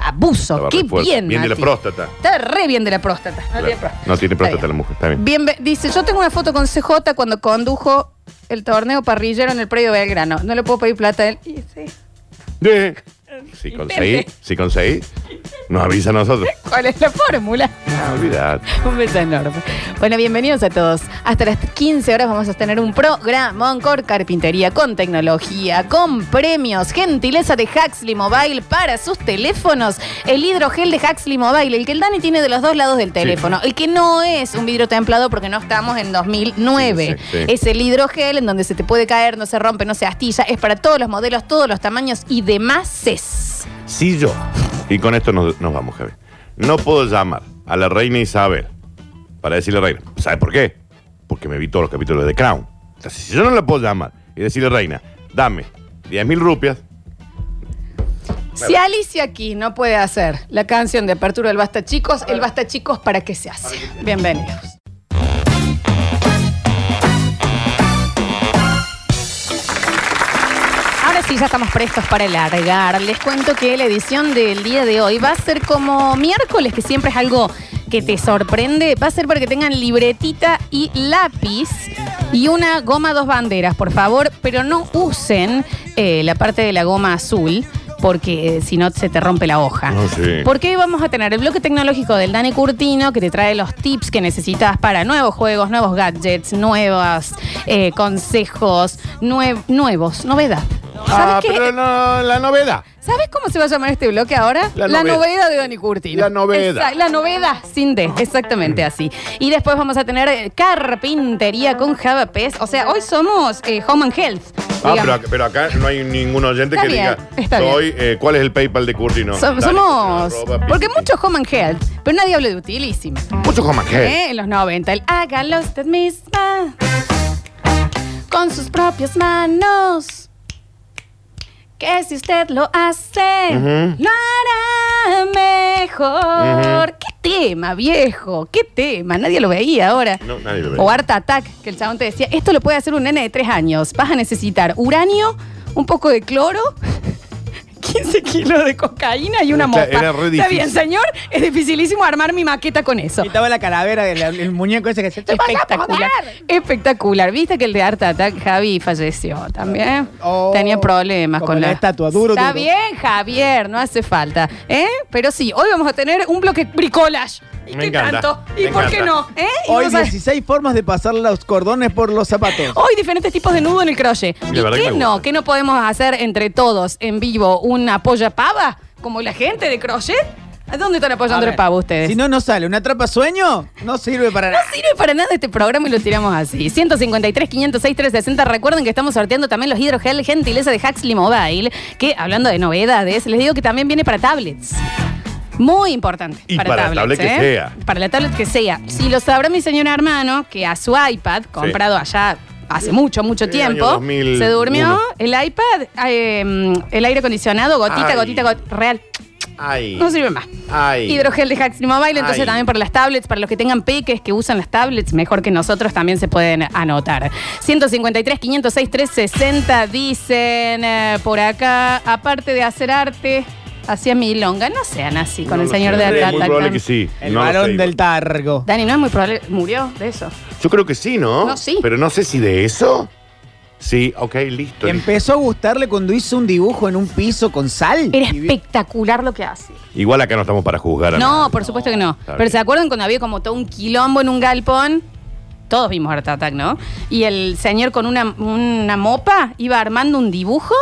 [SPEAKER 1] Abuso,
[SPEAKER 2] Estaba
[SPEAKER 1] qué
[SPEAKER 2] re fuerte.
[SPEAKER 1] bien.
[SPEAKER 2] Bien de la
[SPEAKER 1] Nati.
[SPEAKER 2] próstata.
[SPEAKER 1] Está re bien de la próstata. No
[SPEAKER 2] claro.
[SPEAKER 1] tiene próstata.
[SPEAKER 2] No tiene
[SPEAKER 1] Está
[SPEAKER 2] próstata
[SPEAKER 1] bien.
[SPEAKER 2] la mujer, está bien.
[SPEAKER 1] Bienve- dice, yo tengo una foto con CJ cuando condujo el torneo parrillero en el predio Belgrano. No le puedo pedir plata a él. Y sí.
[SPEAKER 2] Bien. Si conseguís, si conseguís, nos avisa a nosotros.
[SPEAKER 1] ¿Cuál es la fórmula?
[SPEAKER 2] No, olvidate.
[SPEAKER 1] Un beso enorme. Bueno, bienvenidos a todos. Hasta las 15 horas vamos a tener un programa con carpintería, con tecnología, con premios, gentileza de Huxley Mobile para sus teléfonos, el hidrogel de Huxley Mobile, el que el Dani tiene de los dos lados del teléfono, el que no es un vidrio templado porque no estamos en 2009.
[SPEAKER 2] Sí, sí, sí.
[SPEAKER 1] Es el hidrogel en donde se te puede caer, no se rompe, no se astilla, es para todos los modelos, todos los tamaños y demás. es.
[SPEAKER 2] Si yo, y con esto nos, nos vamos, Javier, no puedo llamar a la reina Isabel para decirle reina, ¿sabes por qué? Porque me vi todos los capítulos de The Crown. Entonces, si yo no la puedo llamar y decirle reina, dame 10 mil rupias,
[SPEAKER 1] Si Alicia aquí no puede hacer la canción de apertura del Basta Chicos, el Basta Chicos, ¿para qué se hace? Bienvenidos. Ahora sí, ya estamos prestos para largar. Les cuento que la edición del día de hoy va a ser como miércoles, que siempre es algo que te sorprende va a ser para que tengan libretita y lápiz y una goma dos banderas, por favor, pero no usen eh, la parte de la goma azul porque eh, si no se te rompe la hoja.
[SPEAKER 2] No, sí.
[SPEAKER 1] Porque hoy vamos a tener el bloque tecnológico del Dani Curtino que te trae los tips que necesitas para nuevos juegos, nuevos gadgets, nuevos eh, consejos, nue- nuevos, novedad.
[SPEAKER 2] Ah,
[SPEAKER 1] ¿Sabes qué?
[SPEAKER 2] pero no, la novedad.
[SPEAKER 1] ¿Sabes cómo se va a llamar este bloque ahora?
[SPEAKER 2] La
[SPEAKER 1] novedad,
[SPEAKER 2] novedad.
[SPEAKER 1] de Dani Curtino.
[SPEAKER 2] La novedad. Mm.
[SPEAKER 1] Exact- la novedad sin D, exactamente así. Y después vamos a tener eh, carpintería con Java Pest. O sea, hoy somos eh, Home and Health.
[SPEAKER 2] Ah,
[SPEAKER 1] digamos.
[SPEAKER 2] pero, ac- pero acá no hay ningún oyente
[SPEAKER 1] Está
[SPEAKER 2] que
[SPEAKER 1] bien, está
[SPEAKER 2] diga, soy, eh, ¿cuál es el PayPal de Curtino?
[SPEAKER 1] So-
[SPEAKER 2] Dale,
[SPEAKER 1] somos.
[SPEAKER 2] arroba,
[SPEAKER 1] Porque
[SPEAKER 2] pipi.
[SPEAKER 1] mucho Home and Health, pero nadie habla de utilísima.
[SPEAKER 2] Mucho como aquel.
[SPEAKER 1] ¿Eh? En los 90, el hágalo usted misma. Con sus propias manos. Que si usted lo hace,
[SPEAKER 2] Ujú.
[SPEAKER 1] lo hará mejor. ¿Qué tema, viejo? ¿Qué tema? Nadie lo veía ahora.
[SPEAKER 2] No, nadie lo ve.
[SPEAKER 1] O Art Attack, que el chabón te decía, esto lo puede hacer un nene de tres años. Vas a necesitar uranio, un poco de cloro, 15 kilos de cocaína y una mopa.
[SPEAKER 2] Era- era re
[SPEAKER 1] Está
[SPEAKER 2] difícil.
[SPEAKER 1] bien, señor. Es dificilísimo armar mi maqueta con eso.
[SPEAKER 3] Y estaba la calavera del el muñeco ese que se te
[SPEAKER 1] Espectacular. Espectacular. Viste que el de Art Attack, Javi, falleció también.
[SPEAKER 3] Oh,
[SPEAKER 1] Tenía problemas
[SPEAKER 3] como
[SPEAKER 1] con la,
[SPEAKER 3] la estatua, duro,
[SPEAKER 1] Está
[SPEAKER 3] duro.
[SPEAKER 1] bien, Javier, no hace falta. ¿Eh? Pero sí, hoy vamos a tener un bloque bricolage. ¿Y
[SPEAKER 2] Me
[SPEAKER 1] qué
[SPEAKER 2] encanta,
[SPEAKER 1] tanto? ¿Y
[SPEAKER 2] me
[SPEAKER 1] por
[SPEAKER 2] encanta.
[SPEAKER 1] qué no? ¿Eh? Y
[SPEAKER 3] Hoy
[SPEAKER 1] vos sabés-
[SPEAKER 3] 16 formas de pasar los cordones por los zapatos.
[SPEAKER 1] Hoy diferentes tipos de nudo en el crochet.
[SPEAKER 2] La
[SPEAKER 1] ¿Y
[SPEAKER 2] verdad que
[SPEAKER 1] qué
[SPEAKER 2] me
[SPEAKER 1] no?
[SPEAKER 2] gusta.
[SPEAKER 1] ¿Qué no podemos hacer entre todos en vivo una polla pava? Como la gente de crochet. ¿A dónde están
[SPEAKER 3] A
[SPEAKER 1] apoyando
[SPEAKER 3] ver,
[SPEAKER 1] el pavo ustedes?
[SPEAKER 3] Si no nos sale una trapa sueño, no sirve para
[SPEAKER 1] No
[SPEAKER 3] nada.
[SPEAKER 1] sirve para nada este programa y lo tiramos así. 153, 506, 360. Recuerden que estamos sorteando también los hidrogel gentileza de Huxley Mobile, que hablando de novedades, les digo que también viene para tablets. Muy importante. ¿eh?
[SPEAKER 2] Y para la tablet que sea.
[SPEAKER 1] Para la tablet que sea. Si lo sabrá mi señor hermano, que a su iPad, comprado allá hace mucho, mucho
[SPEAKER 2] Sí,
[SPEAKER 1] tiempo,
[SPEAKER 2] año 2001.
[SPEAKER 1] se durmió el iPad, eh, el aire acondicionado, gotita,
[SPEAKER 2] Ay.
[SPEAKER 1] gotita, gotita, real.
[SPEAKER 2] Ay.
[SPEAKER 1] No sirve más.
[SPEAKER 2] Ay.
[SPEAKER 1] Hidrogel de Huxley Mobile, entonces
[SPEAKER 2] Ay.
[SPEAKER 1] también para las tablets, para los que tengan peques que usan las tablets, mejor que nosotros también se pueden anotar. 153, 506, 360 dicen eh, por acá, aparte de hacer arte, hacía milonga. No sean así con
[SPEAKER 2] No
[SPEAKER 1] el
[SPEAKER 2] lo
[SPEAKER 1] señor
[SPEAKER 2] sé.
[SPEAKER 1] de
[SPEAKER 2] Es muy
[SPEAKER 1] Atlanta.
[SPEAKER 2] probable que sí.
[SPEAKER 3] El
[SPEAKER 2] no lo sé,
[SPEAKER 3] varón
[SPEAKER 2] igual.
[SPEAKER 3] del targo.
[SPEAKER 1] Dani, no es muy probable, murió de eso.
[SPEAKER 2] Yo creo que sí, ¿no?
[SPEAKER 1] No, sí.
[SPEAKER 2] Pero no sé si de eso. Sí, ok, listo.
[SPEAKER 3] Que empezó a gustarle cuando hizo un dibujo en un piso con sal.
[SPEAKER 1] Era
[SPEAKER 3] Y vi-
[SPEAKER 1] espectacular lo que hace.
[SPEAKER 2] Igual acá no estamos para juzgar a
[SPEAKER 1] No,
[SPEAKER 2] nadie.
[SPEAKER 1] por supuesto que no.
[SPEAKER 2] Está
[SPEAKER 1] Pero
[SPEAKER 2] bien.
[SPEAKER 1] ¿se acuerdan cuando había como todo un quilombo en un galpón? Todos vimos Art Attack, ¿no? Y el señor con una, una mopa iba armando un dibujo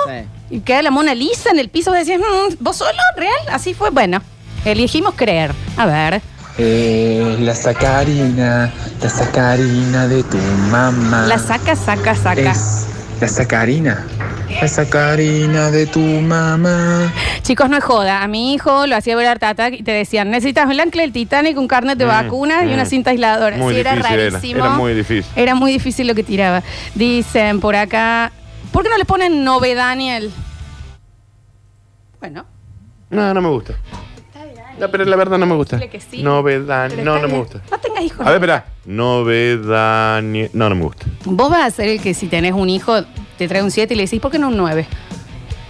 [SPEAKER 3] Sí.
[SPEAKER 1] y queda la Mona Lisa en el piso. Vos decías, "Mm, ¿vos solo? ¿Real? Así fue. Bueno, elegimos creer. A ver,
[SPEAKER 4] Eh, la sacarina, la sacarina de tu mamá.
[SPEAKER 1] la saca, saca, saca.
[SPEAKER 4] Ah. Es la sacarina, la sacarina de tu mamá.
[SPEAKER 1] Chicos, no es joda. A mi hijo lo hacía ver Art Attack y te decían, necesitas un ancla del Titanic, un carnet de
[SPEAKER 2] Mm,
[SPEAKER 1] vacuna y una
[SPEAKER 2] mm.
[SPEAKER 1] cinta aisladora.
[SPEAKER 2] Muy
[SPEAKER 1] sí, era
[SPEAKER 2] difícil era,
[SPEAKER 1] rarísimo.
[SPEAKER 2] era muy difícil.
[SPEAKER 1] Era muy difícil lo que tiraba. Dicen por acá, ¿por qué no le ponen novedaniel? Bueno,
[SPEAKER 2] No, no me gusta. No, pero la verdad no me gusta.
[SPEAKER 1] Dile que sí.
[SPEAKER 2] Novedad.
[SPEAKER 1] pero
[SPEAKER 2] No,
[SPEAKER 1] está
[SPEAKER 2] no me
[SPEAKER 1] bien.
[SPEAKER 2] gusta.
[SPEAKER 1] No tengas hijos.
[SPEAKER 2] A ver, espera. Novedad. ni- No, no me gusta.
[SPEAKER 1] Vos vas a ser el que si tenés un hijo te trae un 7 y le decís, ¿por qué no un 9?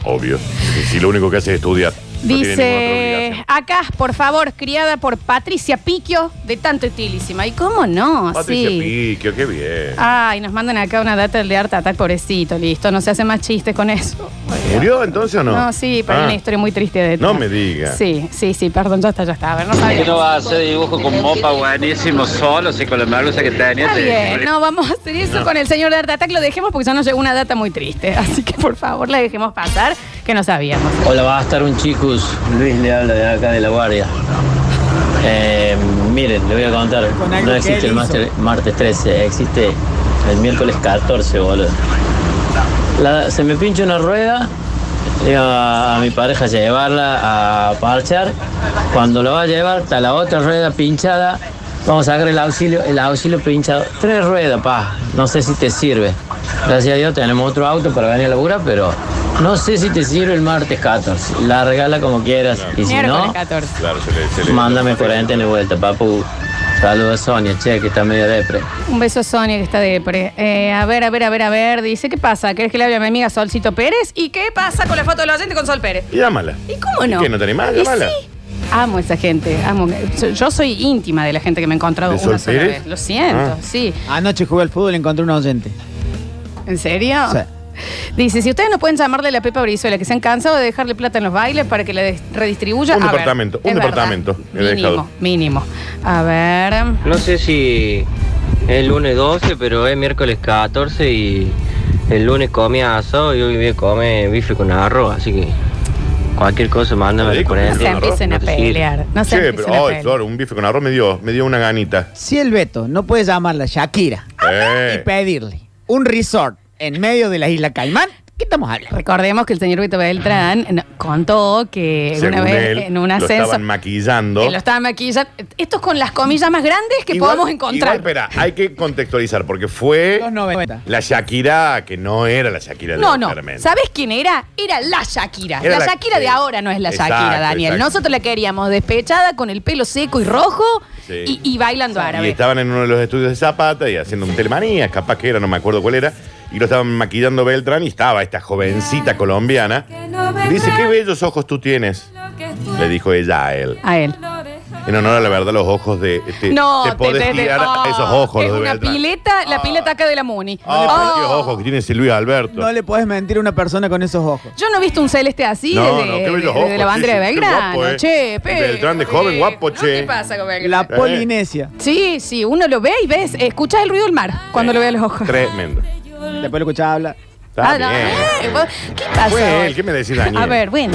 [SPEAKER 2] Obvio. Y si lo único que hace es estudiar. no tiene ninguna otra
[SPEAKER 1] Dice,
[SPEAKER 2] obligación.
[SPEAKER 1] acá, por favor, criada por Patricia Piquio, de tanto utilísima. ¿Y cómo no?
[SPEAKER 2] Patricia
[SPEAKER 1] Ah, sí. Ah.
[SPEAKER 2] Piquio, qué bien.
[SPEAKER 1] Ay, nos mandan acá una data del de Art Attack, pobrecito, listo. No se hace más chistes con eso.
[SPEAKER 2] ¿Murió entonces o no?
[SPEAKER 1] No, sí, pero
[SPEAKER 2] Ah,
[SPEAKER 1] hay una historia muy triste de
[SPEAKER 2] No me diga.
[SPEAKER 1] Sí, sí, sí, perdón, ya está, ya está. A ver, no
[SPEAKER 5] Que
[SPEAKER 1] sabía.
[SPEAKER 5] no va a hacer dibujo con mopa buenísimo solo, si con la merluza que tenía.
[SPEAKER 1] Está
[SPEAKER 5] te-
[SPEAKER 1] bien, no vamos a hacer eso con el señor de Art Attack. Lo dejemos porque ya nos llegó una data muy triste. Así que por favor la dejemos pasar, que no sabíamos.
[SPEAKER 6] Hola, va a estar un chicos. Luis le habla de acá de La Guardia. Eh, miren, le voy a contar.
[SPEAKER 3] Con algo
[SPEAKER 6] No
[SPEAKER 3] que él
[SPEAKER 6] existe el
[SPEAKER 3] hizo.
[SPEAKER 6] máster- martes 13, existe el miércoles 14, boludo. La- se me pincha una rueda. le Digo a, a mi pareja llevarla a parchar. Cuando la va a llevar, está la otra rueda pinchada. Vamos a sacar el auxilio, el auxilio pinchado. Tres ruedas, pa. No sé si te sirve. Gracias a Dios tenemos otro auto para venir a laburar, pero no sé si te sirve el martes 14. Lárgala como quieras. Y si
[SPEAKER 1] Miércoles
[SPEAKER 6] no,
[SPEAKER 1] 14.
[SPEAKER 2] Claro, se le, se le-
[SPEAKER 6] mándame cuarentena de vuelta, papu. Saludos a Sonia, che, que está medio depre.
[SPEAKER 1] Un beso a Sonia que está depre. Eh, a ver, a ver, a ver, a ver. Dice, ¿qué pasa? ¿Querés que le hable a mi amiga Solcito Pérez? ¿Y qué pasa con la foto del oyente con Sol Pérez?
[SPEAKER 2] Llámala.
[SPEAKER 1] ¿Y cómo
[SPEAKER 2] ¿Y
[SPEAKER 1] no?
[SPEAKER 2] qué, no te animás?
[SPEAKER 1] Y
[SPEAKER 2] Llámala.
[SPEAKER 1] sí. Amo esa gente. Amo. Yo, yo soy íntima de la gente que me he encontrado
[SPEAKER 2] ¿De
[SPEAKER 1] una
[SPEAKER 2] Sol
[SPEAKER 1] sola
[SPEAKER 2] Pérez?
[SPEAKER 1] vez. Lo siento,
[SPEAKER 2] Ah.
[SPEAKER 1] sí.
[SPEAKER 3] Anoche jugué al fútbol y encontré un oyente.
[SPEAKER 1] ¿En serio?
[SPEAKER 3] Sí.
[SPEAKER 1] Dice, si ustedes no pueden llamarle a la Pepa Brizuela, que se han cansado de dejarle plata en los bailes para que la des- redistribuya.
[SPEAKER 2] Un
[SPEAKER 1] A ver,
[SPEAKER 2] departamento, un
[SPEAKER 1] es verdad.
[SPEAKER 2] departamento me he
[SPEAKER 1] Mínimo,
[SPEAKER 2] dejado.
[SPEAKER 1] mínimo. A ver.
[SPEAKER 7] No sé si es lunes 12, pero es miércoles 14 y el lunes comía asado y hoy voy a comer bife con arroz, así que cualquier cosa mándame
[SPEAKER 2] Rico,
[SPEAKER 7] por
[SPEAKER 1] No
[SPEAKER 7] ahí.
[SPEAKER 1] se
[SPEAKER 2] bife con arroz,
[SPEAKER 1] empiecen a
[SPEAKER 7] no te sirve.
[SPEAKER 1] pelear. No se
[SPEAKER 2] Che,
[SPEAKER 1] empiecen
[SPEAKER 2] pero,
[SPEAKER 1] a
[SPEAKER 2] ay,
[SPEAKER 1] pelear.
[SPEAKER 2] claro, un bife con arroz me dio, me dio una ganita.
[SPEAKER 3] Si el Beto no puede llamarla Shakira
[SPEAKER 1] Ah,
[SPEAKER 3] y
[SPEAKER 2] Eh,
[SPEAKER 3] pedirle un resort en medio de la isla Caimán, ¿qué estamos hablando?
[SPEAKER 1] Recordemos que el señor Vito Beltrán no, contó que
[SPEAKER 2] según
[SPEAKER 1] una vez
[SPEAKER 2] él,
[SPEAKER 1] en un
[SPEAKER 2] Lo
[SPEAKER 1] ascenso.
[SPEAKER 2] estaban maquillando.
[SPEAKER 1] que lo estaban maquillando. Esto es con las comillas más grandes que
[SPEAKER 2] Igual-
[SPEAKER 1] podamos encontrar.
[SPEAKER 2] Igual, espera, hay que contextualizar porque fue
[SPEAKER 3] Los 90.
[SPEAKER 2] la Shakira que no era la Shakira de
[SPEAKER 1] No,
[SPEAKER 2] hoy,
[SPEAKER 1] no.
[SPEAKER 2] claramente.
[SPEAKER 1] ¿Sabes quién era? Era la Shakira.
[SPEAKER 2] Era
[SPEAKER 1] la,
[SPEAKER 2] la-
[SPEAKER 1] Shakira de
[SPEAKER 2] sí.
[SPEAKER 1] ahora no es la
[SPEAKER 2] Exacto,
[SPEAKER 1] Shakira, Daniel.
[SPEAKER 2] exacto.
[SPEAKER 1] Nosotros la queríamos despechada, con el pelo seco y rojo
[SPEAKER 2] Sí.
[SPEAKER 1] y, y bailando
[SPEAKER 2] Y
[SPEAKER 1] árabe.
[SPEAKER 2] estaban en uno de los estudios de Zapata y haciendo un telemanía, capaz que era, no me acuerdo cuál era. Y lo estaban maquillando Beltrán y estaba esta jovencita colombiana. Dice, qué bellos ojos tú tienes, le dijo ella a él.
[SPEAKER 1] A él.
[SPEAKER 2] En honor a la verdad, los ojos de... Te,
[SPEAKER 1] No,
[SPEAKER 2] te podés tirar
[SPEAKER 1] oh,
[SPEAKER 2] a esos ojos.
[SPEAKER 1] Es
[SPEAKER 2] los de
[SPEAKER 1] una
[SPEAKER 2] Beltrán.
[SPEAKER 1] pileta, la pileta acá de la Muni.
[SPEAKER 2] Ah,
[SPEAKER 1] Oh.
[SPEAKER 2] qué ojos que tiene ese Luis Alberto.
[SPEAKER 3] No le puedes mentir a una persona con esos ojos.
[SPEAKER 1] Yo no he visto un celeste así
[SPEAKER 2] No,
[SPEAKER 1] desde,
[SPEAKER 2] no, qué bellos
[SPEAKER 1] desde
[SPEAKER 2] ojos,
[SPEAKER 1] la bandera
[SPEAKER 2] sí,
[SPEAKER 1] de
[SPEAKER 2] sí, qué
[SPEAKER 1] Belgrano.
[SPEAKER 2] guapo, eh.
[SPEAKER 1] Che, pe,
[SPEAKER 2] Beltrán de
[SPEAKER 1] eh,
[SPEAKER 2] joven, guapo,
[SPEAKER 1] ¿no?
[SPEAKER 2] che.
[SPEAKER 1] ¿Qué pasa con
[SPEAKER 3] La
[SPEAKER 1] Belgrano?
[SPEAKER 2] Eh.
[SPEAKER 3] Polinesia.
[SPEAKER 1] Sí, sí, uno lo ve y ves, escuchas el ruido del mar cuando lo ve a los ojos.
[SPEAKER 2] Tremendo.
[SPEAKER 3] Después lo escuchaba hablar.
[SPEAKER 2] Está
[SPEAKER 1] Ah, no, eh,
[SPEAKER 2] bien.
[SPEAKER 1] vos- ¿Qué pasa?
[SPEAKER 2] Fue
[SPEAKER 1] hoy?
[SPEAKER 2] él, ¿qué me decís, Daniel?
[SPEAKER 1] A ver, bueno.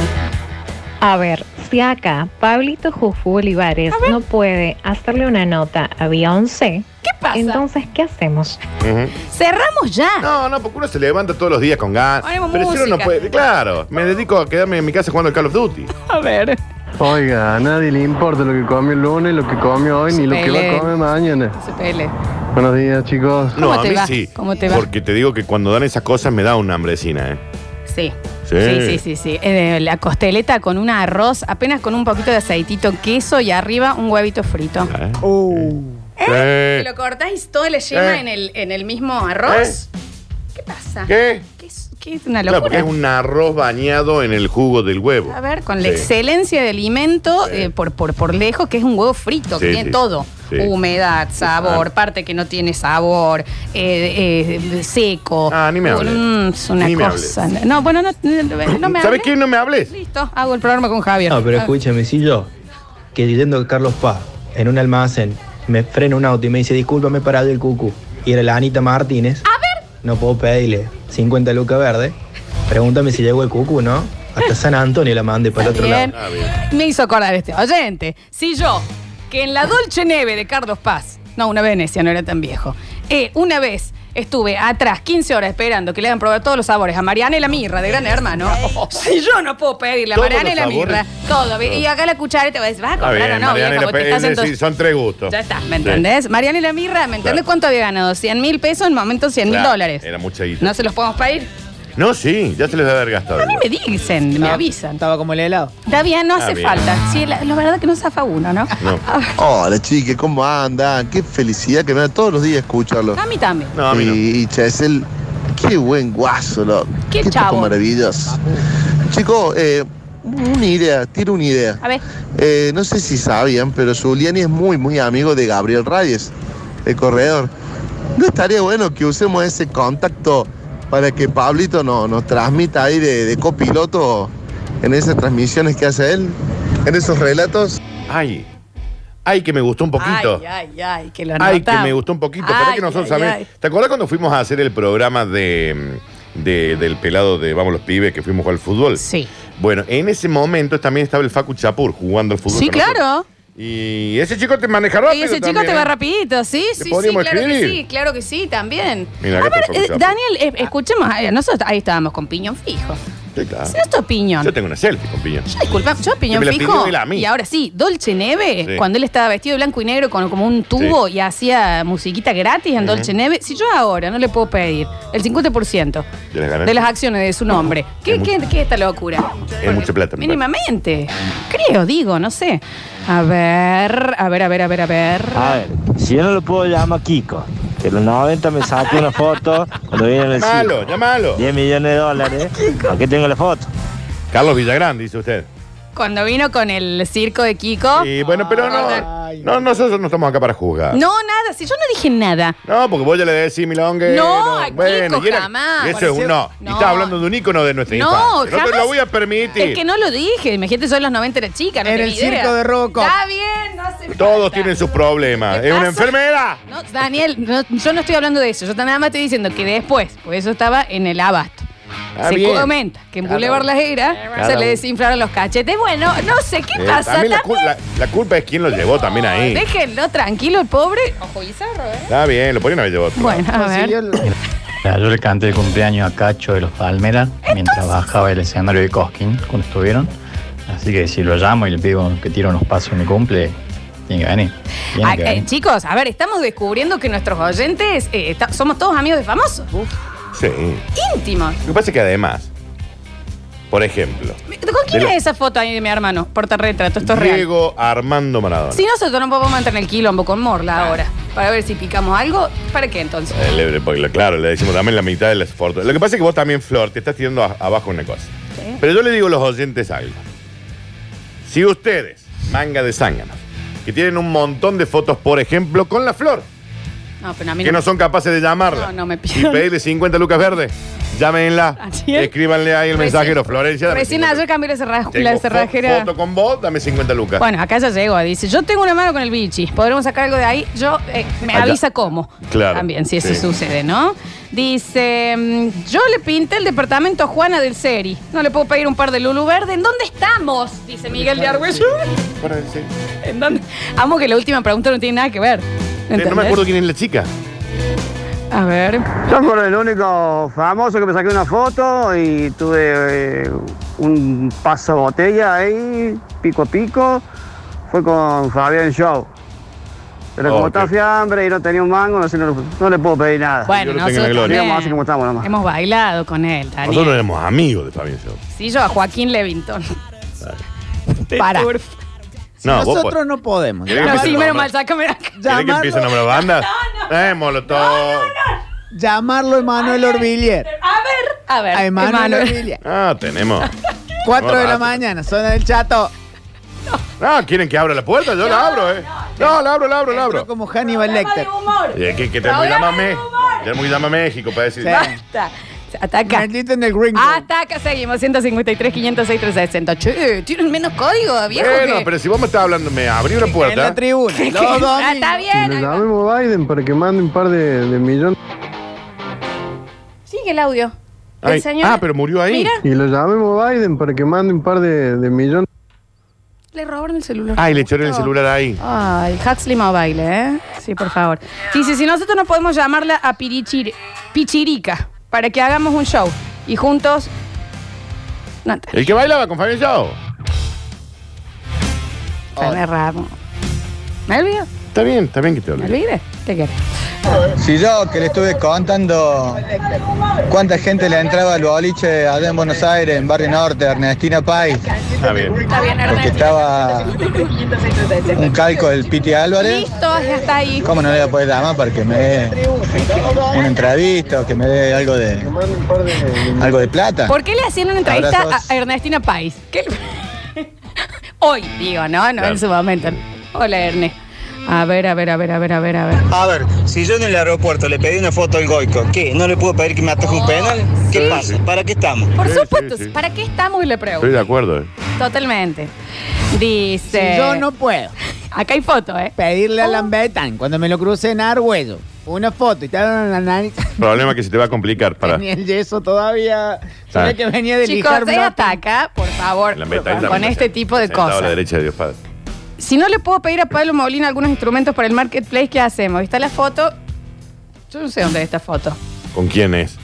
[SPEAKER 8] A ver, si acá Pablito Jufu Olivares no puede hacerle una nota a Beyoncé,
[SPEAKER 1] ¿Qué pasa?
[SPEAKER 8] entonces, ¿qué hacemos?
[SPEAKER 2] Ujú.
[SPEAKER 1] Cerramos ya.
[SPEAKER 2] No, no, porque uno se levanta todos los días con ganas.
[SPEAKER 1] Ponemos
[SPEAKER 2] Pero si uno no
[SPEAKER 1] música.
[SPEAKER 2] puede. Claro, me dedico a quedarme en mi casa jugando al Call of Duty.
[SPEAKER 1] A ver.
[SPEAKER 9] Oiga, a nadie le importa lo que comió el lunes, lo que comió hoy, ni lo que va
[SPEAKER 1] Excelente.
[SPEAKER 9] a comer mañana.
[SPEAKER 1] Se pele.
[SPEAKER 9] Buenos días, chicos.
[SPEAKER 1] ¿Cómo
[SPEAKER 2] no,
[SPEAKER 1] te
[SPEAKER 2] a mí
[SPEAKER 1] va?
[SPEAKER 2] sí.
[SPEAKER 1] ¿Cómo te va?
[SPEAKER 2] Porque te digo que cuando dan esas cosas me da una hambrecina, ¿eh?
[SPEAKER 1] Sí.
[SPEAKER 2] Sí.
[SPEAKER 1] Sí, sí, sí, sí. Eh, la costeleta con un arroz, apenas con un poquito de aceitito, queso y arriba un huevito frito.
[SPEAKER 2] ¿Eh?
[SPEAKER 3] Uh.
[SPEAKER 1] ¿Te
[SPEAKER 2] ¿Eh?
[SPEAKER 1] lo cortáis toda la yema
[SPEAKER 2] Eh.
[SPEAKER 1] en, el, en el mismo arroz? ¿Qué pasa?
[SPEAKER 2] ¿Qué?
[SPEAKER 1] ¿Qué es, qué es una
[SPEAKER 2] Claro,
[SPEAKER 1] locura?
[SPEAKER 2] porque es un arroz bañado en el jugo del huevo.
[SPEAKER 1] A ver, con la
[SPEAKER 2] Sí.
[SPEAKER 1] excelencia del alimento,
[SPEAKER 2] Sí.
[SPEAKER 1] eh, por, por, por lejos, que es un huevo frito, que
[SPEAKER 2] Sí,
[SPEAKER 1] tiene
[SPEAKER 2] sí.
[SPEAKER 1] todo.
[SPEAKER 2] Sí. ah.
[SPEAKER 1] Humedad, sabor, parte que no tiene sabor, eh, eh, seco.
[SPEAKER 2] Ah, ni me hables.
[SPEAKER 1] Mm, es una
[SPEAKER 2] Ni me
[SPEAKER 1] cosa. No, bueno, no, no, no me
[SPEAKER 2] ¿Sabes
[SPEAKER 1] hables.
[SPEAKER 2] qué? No me hables.
[SPEAKER 1] Listo, hago el programa con Javier.
[SPEAKER 10] No, pero
[SPEAKER 1] Ah,
[SPEAKER 10] escúchame, si yo, que diciendo que Carlos Paz, en un almacén, me frena un auto y me dice, discúlpame parado el cucu, y era la Anita Martínez. A ver. No puedo pedirle 50 lucas verde. Pregúntame si llegó el cucu, ¿no? Hasta San Antonio la mandé para el otro lado.
[SPEAKER 1] Bien.
[SPEAKER 2] Ah,
[SPEAKER 1] Me hizo acordar este oyente. Si yo, que en la Dolce Neve de Carlos Paz, no, una Venecia, no era tan viejo, eh, una vez estuve atrás 15 horas esperando que le hagan probar todos los sabores a Mariana y la Mirra de Gran Hermano, si yo no puedo pedirle a
[SPEAKER 2] Todos
[SPEAKER 1] Mariana y
[SPEAKER 2] los
[SPEAKER 1] la
[SPEAKER 2] sabores.
[SPEAKER 1] Mirra, todo, y acá la cuchara y te va a decir, ¿vas a
[SPEAKER 2] Está
[SPEAKER 1] comprar
[SPEAKER 2] bien,
[SPEAKER 1] o no? vieja?
[SPEAKER 2] Mariana, y
[SPEAKER 1] Vos
[SPEAKER 2] la
[SPEAKER 1] te
[SPEAKER 2] pe-
[SPEAKER 1] estás
[SPEAKER 2] es
[SPEAKER 1] en tu-
[SPEAKER 2] decir, son tres gustos.
[SPEAKER 1] Ya está,
[SPEAKER 2] Sí.
[SPEAKER 1] ¿me entendés? Mariana y la Mirra, ¿me entendés
[SPEAKER 2] Claro.
[SPEAKER 1] cuánto había ganado? 100 mil pesos en momento 100 mil
[SPEAKER 2] Claro,
[SPEAKER 1] dólares.
[SPEAKER 2] Era mucha guita.
[SPEAKER 1] ¿No Ah, se los podemos pedir?
[SPEAKER 2] No, sí, ya se les debe haber gastado.
[SPEAKER 1] A mí me dicen, me
[SPEAKER 3] Estaba-
[SPEAKER 1] avisan.
[SPEAKER 3] Estaba como el helado.
[SPEAKER 1] Está bien, no
[SPEAKER 2] Está
[SPEAKER 1] hace
[SPEAKER 2] bien.
[SPEAKER 1] falta. Sí, la, la verdad que no zafa uno, ¿no?
[SPEAKER 2] No.
[SPEAKER 1] A ver,
[SPEAKER 11] Hola chiques, ¿cómo andan? Qué felicidad que me da todos los días escucharlo.
[SPEAKER 1] a mí también.
[SPEAKER 2] No, a mí no.
[SPEAKER 11] Y, y Chesel, qué buen guaso, loco.
[SPEAKER 1] Qué
[SPEAKER 11] tipo
[SPEAKER 1] chavo.
[SPEAKER 11] maravilloso. Chicos, eh, una idea, tiro una idea.
[SPEAKER 1] A ver,
[SPEAKER 11] Eh, no sé si sabían, pero Giuliani es muy, muy amigo de Gabriel Reyes, el corredor. No estaría bueno que usemos ese contacto para que Pablito no, nos transmita ahí de, de copiloto en esas transmisiones que hace él, en esos relatos.
[SPEAKER 2] Ay, ay, que me gustó un poquito.
[SPEAKER 1] Ay, ay, ay, que lo
[SPEAKER 2] Ay, que
[SPEAKER 1] anotamos.
[SPEAKER 2] me gustó un poquito. Pará
[SPEAKER 1] Ay,
[SPEAKER 2] que nosotros
[SPEAKER 1] ay,
[SPEAKER 2] también-
[SPEAKER 1] ay.
[SPEAKER 2] ¿Te acuerdas cuando fuimos a hacer el programa de, de- del pelado de Vamos los Pibes que fuimos a jugar al fútbol?
[SPEAKER 1] Sí.
[SPEAKER 2] Bueno, en ese momento también estaba el Facu Chapur jugando al fútbol.
[SPEAKER 1] Sí,
[SPEAKER 2] con nosotros.
[SPEAKER 1] claro.
[SPEAKER 2] Y ese chico te maneja rápido.
[SPEAKER 1] Y ese chico
[SPEAKER 2] también,
[SPEAKER 1] te va
[SPEAKER 2] ¿eh?
[SPEAKER 1] rapidito, sí,
[SPEAKER 2] ¿Le
[SPEAKER 1] sí, sí,
[SPEAKER 2] podríamos
[SPEAKER 1] claro que
[SPEAKER 2] escribir?
[SPEAKER 1] sí, claro que sí, también.
[SPEAKER 2] Mira,
[SPEAKER 1] a
[SPEAKER 2] acá
[SPEAKER 1] ver,
[SPEAKER 2] está el
[SPEAKER 1] eh,
[SPEAKER 2] Facu
[SPEAKER 1] Daniel, eh, escuchemos, eh, nosotros ahí estábamos con piñón fijo.
[SPEAKER 2] Sí, claro.
[SPEAKER 1] Si no es tu opinión.
[SPEAKER 2] Ah. Yo tengo una selfie con Piña.
[SPEAKER 1] Yo, disculpa, yo piñón
[SPEAKER 2] me la
[SPEAKER 1] fijo.
[SPEAKER 2] pidió él a mí.
[SPEAKER 1] Y ahora sí, Dolce Neve,
[SPEAKER 2] Sí.
[SPEAKER 1] cuando él estaba vestido de blanco y negro con como un tubo y hacía musiquita gratis en Dolce Neve, si yo ahora no le puedo pedir el 50%
[SPEAKER 2] De las ganas.
[SPEAKER 1] de las acciones de su nombre, ¿qué,
[SPEAKER 2] Es
[SPEAKER 1] qué, qué es esta locura?
[SPEAKER 2] Es mucha plata, me
[SPEAKER 1] Mínimamente. Creo, digo, no sé. A ver, a ver, a ver, a ver, a ver.
[SPEAKER 10] A ver, si yo no lo puedo llamar Kiko, que en los 90 me saque una foto cuando viene en el
[SPEAKER 2] Llámalo, llámalo.
[SPEAKER 10] 10 millones de dólares. Aquí tengo la foto.
[SPEAKER 2] Carlos Villagrán, dice usted.
[SPEAKER 1] Cuando vino con el circo de Kiko.
[SPEAKER 2] Sí, bueno, pero no, no, nosotros no estamos acá para juzgar.
[SPEAKER 1] No, nada, si yo no dije nada.
[SPEAKER 2] No, porque vos ya le decís milongue.
[SPEAKER 1] No, a Kiko jamás.
[SPEAKER 2] y eso es un no. Y
[SPEAKER 1] No.
[SPEAKER 2] estás hablando de un ícono de nuestra
[SPEAKER 1] No,
[SPEAKER 2] infancia. No te
[SPEAKER 1] jamás.
[SPEAKER 2] lo voy a permitir.
[SPEAKER 1] Es que no lo dije. Imagínate, yo en los 90 era chica. No
[SPEAKER 2] En
[SPEAKER 1] tenía
[SPEAKER 2] el
[SPEAKER 1] idea.
[SPEAKER 2] circo de Robocop.
[SPEAKER 1] Está bien, no hace
[SPEAKER 2] Todos tienen sus problemas. Es una
[SPEAKER 1] pasa?
[SPEAKER 2] enfermera.
[SPEAKER 1] No, Daniel, no, yo no estoy hablando de eso. Yo nada más estoy diciendo que después, por eso estaba en el abasto.
[SPEAKER 2] Está
[SPEAKER 1] se
[SPEAKER 2] Ah, bien.
[SPEAKER 1] comenta que en
[SPEAKER 2] Claro.
[SPEAKER 1] Boulevard Las Heras
[SPEAKER 2] Claro.
[SPEAKER 1] se le desinflaron los cachetes. Bueno, no sé qué
[SPEAKER 2] Eh,
[SPEAKER 1] pasa.
[SPEAKER 2] también la,
[SPEAKER 1] también-
[SPEAKER 2] cul- la- la culpa es quien lo llevó también ahí.
[SPEAKER 1] Déjenlo tranquilo, el pobre. Ojo bizarro, ¿eh?
[SPEAKER 2] Está bien, lo podrían haber llevado. otro.
[SPEAKER 1] Bueno, a ver.
[SPEAKER 12] Mira, Yo le canté el cumpleaños a Cacho de los Palmeras mientras bajaba el escenario de Cosquín cuando estuvieron. Así que si lo llamo y le pido que tire unos pasos en mi cumple, tiene que venir. Tiene
[SPEAKER 1] Ah,
[SPEAKER 12] que
[SPEAKER 1] eh,
[SPEAKER 12] venir.
[SPEAKER 1] chicos, a ver, estamos descubriendo que nuestros oyentes eh, está- somos todos amigos de famosos.
[SPEAKER 2] Sí.
[SPEAKER 1] Íntimos.
[SPEAKER 2] Lo que pasa es que además, por ejemplo,
[SPEAKER 1] ¿Con quién
[SPEAKER 2] De lo-
[SPEAKER 1] es esa foto ahí de mi hermano? Portarretrato, esto es real.
[SPEAKER 2] Diego Armando Maradona.
[SPEAKER 1] Si nosotros no podemos entrar en el quilombo con Morla ahora, para ver si picamos algo, ¿para qué entonces?
[SPEAKER 2] Ah. Eh, le- porque lo- claro, le decimos también la mitad del esfuerzo. Lo que pasa es que vos también, Flor, te estás tirando a- abajo una cosa. Pero yo le digo a los oyentes algo. Si ustedes, manga de zánganos, que tienen un montón de fotos, por ejemplo, con la Flor,
[SPEAKER 1] No, pero a mí
[SPEAKER 2] que no son capaces de llamarla,
[SPEAKER 1] No, no me
[SPEAKER 2] y
[SPEAKER 1] pidan.
[SPEAKER 2] pedirle 50 lucas verdes, llámenla,
[SPEAKER 1] Así es.
[SPEAKER 2] escríbanle ahí el
[SPEAKER 1] Recién-
[SPEAKER 2] mensajero, Florencia. dame
[SPEAKER 1] Recién
[SPEAKER 2] 50
[SPEAKER 1] ayer cambié la, cerra-
[SPEAKER 2] Tengo
[SPEAKER 1] la
[SPEAKER 2] fo-
[SPEAKER 1] cerrajera.
[SPEAKER 2] foto con vos, dame 50 lucas.
[SPEAKER 1] Bueno, acá ya llegó. Dice, yo tengo una mano con el bichi. ¿Podremos sacar algo de ahí? Yo, eh, me
[SPEAKER 2] Allá.
[SPEAKER 1] avisa cómo.
[SPEAKER 2] Claro.
[SPEAKER 1] También, si eso
[SPEAKER 2] Sí.
[SPEAKER 1] sucede, ¿no? Dice, mm, yo le pinté el departamento a Juana del Seri. No le puedo pedir un par de lulu verde. ¿En dónde estamos? Dice Miguel de Arguello. ¿En dónde? Amo que la última pregunta no tiene nada que ver.
[SPEAKER 2] no
[SPEAKER 1] ¿Entendés?
[SPEAKER 2] me acuerdo quién es la chica.
[SPEAKER 1] A ver.
[SPEAKER 13] Yo por el único famoso que me saqué una foto y tuve eh, un paso botella ahí, pico a pico, fue con Fabián Show. Pero como
[SPEAKER 2] Oh,
[SPEAKER 13] está
[SPEAKER 2] ok.
[SPEAKER 13] fiambre y no tenía un mango, no, sé, no- no le puedo pedir nada.
[SPEAKER 1] Bueno, Yo lo tengo en la nosotros gloria. también.
[SPEAKER 13] Digamos así como estamos nomás.
[SPEAKER 1] Hemos bailado con él, Daniel.
[SPEAKER 2] Nosotros éramos amigos de Fabián Show.
[SPEAKER 1] Sí, yo a Joaquín Levington. Para.
[SPEAKER 2] No, vos
[SPEAKER 3] Nosotros
[SPEAKER 2] pod-
[SPEAKER 3] no podemos.
[SPEAKER 2] ¿Querés que
[SPEAKER 1] No,
[SPEAKER 2] empiece
[SPEAKER 1] sí,
[SPEAKER 2] a
[SPEAKER 1] menos
[SPEAKER 2] nombrar-
[SPEAKER 1] mal, sácame de acá.
[SPEAKER 2] ¿Querés que empiece a nombrar bandas? Eh, Molotov.
[SPEAKER 3] Llamarlo Emanuel Orvillier.
[SPEAKER 1] A ver, a
[SPEAKER 2] Eh,
[SPEAKER 1] ver.
[SPEAKER 3] A Emanuel
[SPEAKER 1] Emanuel.
[SPEAKER 3] Orvillier.
[SPEAKER 2] Ah, tenemos.
[SPEAKER 3] 4 de la
[SPEAKER 2] rato.
[SPEAKER 3] mañana, zona del chato.
[SPEAKER 2] No, quieren que abra la puerta, yo la abro, eh. No, la abro, la abro, la
[SPEAKER 3] Entró
[SPEAKER 2] abro.
[SPEAKER 3] como Hannibal Lecter.
[SPEAKER 2] Y es que, que tenemos que
[SPEAKER 1] Programa
[SPEAKER 2] llamar a tenemos que llamar a México para decir.
[SPEAKER 1] Basta. Ataca.
[SPEAKER 3] en el green
[SPEAKER 2] Ah,
[SPEAKER 1] Ataca, seguimos. 153, 506, 360. Che, Eh, tienen menos código, viejo.
[SPEAKER 2] Bueno,
[SPEAKER 1] que-
[SPEAKER 2] pero si vos me estás hablando, me abrí una puerta.
[SPEAKER 3] tribuna.
[SPEAKER 1] los
[SPEAKER 2] Ah,
[SPEAKER 1] domingos. Está
[SPEAKER 9] Si
[SPEAKER 1] bien.
[SPEAKER 9] lo llamemos a Biden para que mande un par de, de millones.
[SPEAKER 1] Sigue el audio. El
[SPEAKER 9] Ay,
[SPEAKER 1] señor.
[SPEAKER 9] ah, pero
[SPEAKER 2] murió
[SPEAKER 1] ahí. Mira.
[SPEAKER 9] Y lo llamemos a Biden para que mande un par de, de millones.
[SPEAKER 1] Le robaron el celular.
[SPEAKER 2] Ay, le choré el
[SPEAKER 1] Justo.
[SPEAKER 2] celular ahí.
[SPEAKER 1] Ay, Huxley Mobile, ¿eh? Sí, por favor. Dice, si nosotros no podemos llamarla a Pirichir- Pichirica para que hagamos un show y juntos... No,
[SPEAKER 2] El que bailaba con Fabián Show.
[SPEAKER 14] Ah.
[SPEAKER 1] me raro. ¿Me olvido?
[SPEAKER 2] Está bien, está bien que te
[SPEAKER 1] ¿Me
[SPEAKER 2] olvides.
[SPEAKER 1] olvidé? ¿Qué querés?
[SPEAKER 14] Si yo que le estuve contando cuánta gente le entraba al boliche allá en Buenos Aires, en Barrio Norte, Ernestina Pais,
[SPEAKER 2] Está bien.
[SPEAKER 1] Está bien,
[SPEAKER 14] porque
[SPEAKER 1] Ernesto.
[SPEAKER 14] estaba un calco del Piti Álvarez.
[SPEAKER 1] Listo, ya está ahí.
[SPEAKER 14] ¿Cómo no le voy a poder llamar para que me dé una entrevista o que me dé algo de algo de plata?
[SPEAKER 1] ¿Por qué le hacían una entrevista
[SPEAKER 14] Abrazos.
[SPEAKER 1] a Ernestina Pais? ¿Qué? Hoy, digo, ¿no? No en su momento. Hola, Ernest. A ver, a ver, a ver, a ver, a ver, a ver.
[SPEAKER 15] A ver, si yo en el aeropuerto le pedí una foto al Goico, ¿qué? ¿No le puedo pedir que me ataje un penal? ¿Qué pasa? ¿Para qué estamos?
[SPEAKER 1] Por supuesto, ¿para qué estamos y le pregunto?
[SPEAKER 2] Estoy de acuerdo, eh.
[SPEAKER 1] Totalmente. Dice.
[SPEAKER 3] Si yo no puedo.
[SPEAKER 1] Acá hay foto, ¿eh?
[SPEAKER 3] Pedirle
[SPEAKER 2] Oh.
[SPEAKER 3] a Lambertán cuando me lo cruce en Argüello. Una foto y te en la nariz.
[SPEAKER 2] Problema que se te va a complicar para.
[SPEAKER 3] Ni el yeso todavía. Sabía que venía de
[SPEAKER 1] Chicos,
[SPEAKER 3] lijar
[SPEAKER 1] se
[SPEAKER 3] bloque.
[SPEAKER 1] ataca, por favor,
[SPEAKER 2] La meta ahí, la
[SPEAKER 1] con
[SPEAKER 2] meta.
[SPEAKER 1] este tipo de
[SPEAKER 2] Sentado a la
[SPEAKER 1] cosas.
[SPEAKER 2] derecha de Dios Padre.
[SPEAKER 1] Si no le puedo pedir a Pablo Molina algunos instrumentos para el marketplace, ¿qué hacemos? Ahí está la foto. Yo no sé dónde es esta foto.
[SPEAKER 2] ¿Con quién es?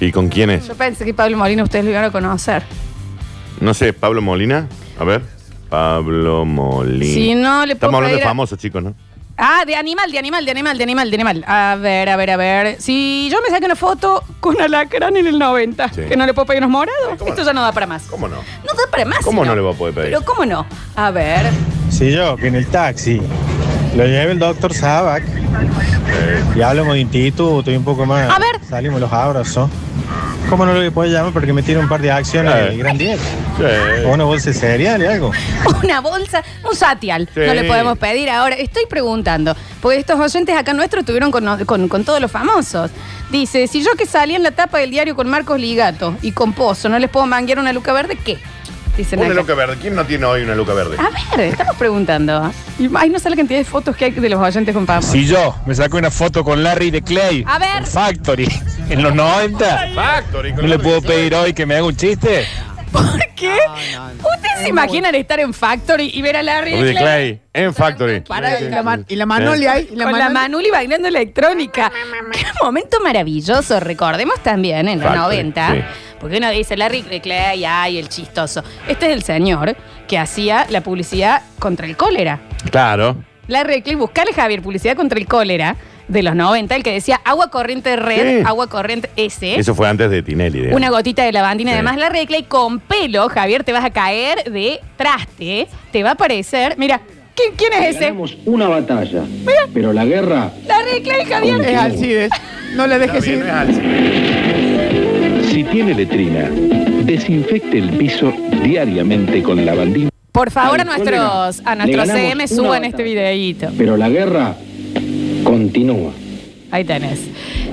[SPEAKER 2] ¿Y con quién es?
[SPEAKER 1] Yo pensé que Pablo Molina ustedes lo iban a conocer.
[SPEAKER 2] No sé, Pablo Molina. A ver. Pablo Molina.
[SPEAKER 1] Si no le puedo
[SPEAKER 2] Estamos hablando
[SPEAKER 1] pedir
[SPEAKER 2] de
[SPEAKER 1] a-
[SPEAKER 2] famosos, chicos, ¿no?
[SPEAKER 1] Ah, de animal, de animal, de animal, de animal, de animal. A ver, a ver, a ver. Si yo me saqué una foto con alacrán en el 90,
[SPEAKER 2] Sí.
[SPEAKER 1] que no le puedo pedir unos morados, esto ya no da para más.
[SPEAKER 2] ¿Cómo no?
[SPEAKER 1] No da para más.
[SPEAKER 2] ¿Cómo
[SPEAKER 1] sino-
[SPEAKER 2] no le voy a poder pedir?
[SPEAKER 1] Pero ¿cómo no? A ver.
[SPEAKER 16] Si yo que en el taxi Lo lleve el doctor Sabac. Y hablamos de instituto y un poco más.
[SPEAKER 1] A ver.
[SPEAKER 16] Salimos los abrazos. ¿Cómo no lo puedo llamar? Porque me tira un par de acciones
[SPEAKER 2] Claro.
[SPEAKER 16] de Gran 10. O una bolsa de cereal y algo.
[SPEAKER 1] Una bolsa, un satial.
[SPEAKER 16] Sí.
[SPEAKER 1] No le podemos pedir ahora. Estoy preguntando, porque estos oyentes acá nuestros estuvieron con, con- con todos los famosos. Dice, si yo que salí en la tapa del diario con Marcos Ligato y con Pozo, no les puedo manguear una luca verde, ¿qué? Dicen
[SPEAKER 2] Una
[SPEAKER 1] acá.
[SPEAKER 2] luca verde. ¿Quién no tiene hoy una luca verde?
[SPEAKER 1] A ver, estamos preguntando. ¿ah? Y- Ay, no sé la cantidad de fotos que hay de los oyentes con famosos.
[SPEAKER 17] Si yo me saco una foto con Larry de Clay,
[SPEAKER 1] A ver.
[SPEAKER 17] en Factory, en los 90,
[SPEAKER 2] Factory,
[SPEAKER 17] ¿no le puedo pedir hoy que me haga un chiste?
[SPEAKER 1] ¿Qué? ¿Ustedes se imaginan estar en Factory y ver a Larry
[SPEAKER 2] Larry de
[SPEAKER 1] Clay?
[SPEAKER 2] Clay, en Factory.
[SPEAKER 1] Para
[SPEAKER 2] Sí,
[SPEAKER 1] de
[SPEAKER 2] sí,
[SPEAKER 1] la
[SPEAKER 2] sí.
[SPEAKER 1] man-
[SPEAKER 2] Eh.
[SPEAKER 1] Con la Manuli bailando electrónica. Qué momento maravilloso. Recordemos también en los
[SPEAKER 2] Factory,
[SPEAKER 1] 90.
[SPEAKER 2] sí.
[SPEAKER 1] Porque uno dice Larry de Clay, ay, el chistoso. Este es el señor que hacía la publicidad contra el cólera.
[SPEAKER 2] Claro.
[SPEAKER 1] Larry de Clay, buscale Javier, publicidad contra el cólera de los 90, el que decía agua corriente red,
[SPEAKER 2] Sí.
[SPEAKER 1] agua corriente S.
[SPEAKER 2] Eso fue antes de Tinelli. digamos.
[SPEAKER 1] ¿Eh? Una gotita de lavandina.
[SPEAKER 2] Sí.
[SPEAKER 1] Además, la regla y con pelo, Javier, te vas a caer de traste. Te va a aparecer. Mira, ¿quién, quién es ese?
[SPEAKER 18] Una batalla,
[SPEAKER 1] Mira,
[SPEAKER 18] pero la guerra
[SPEAKER 1] la regla y Javier.
[SPEAKER 3] Es Alcides. No le dejes ir.
[SPEAKER 18] Si tiene letrina, desinfecte el piso diariamente con lavandina.
[SPEAKER 1] Por favor, a
[SPEAKER 18] Al cólera
[SPEAKER 1] nuestros, a
[SPEAKER 18] le
[SPEAKER 1] nuestros
[SPEAKER 18] ganamos
[SPEAKER 1] CM
[SPEAKER 18] una
[SPEAKER 1] suban
[SPEAKER 18] batalla.
[SPEAKER 1] este videíto.
[SPEAKER 18] Pero la guerra continúa.
[SPEAKER 1] Ahí tenés.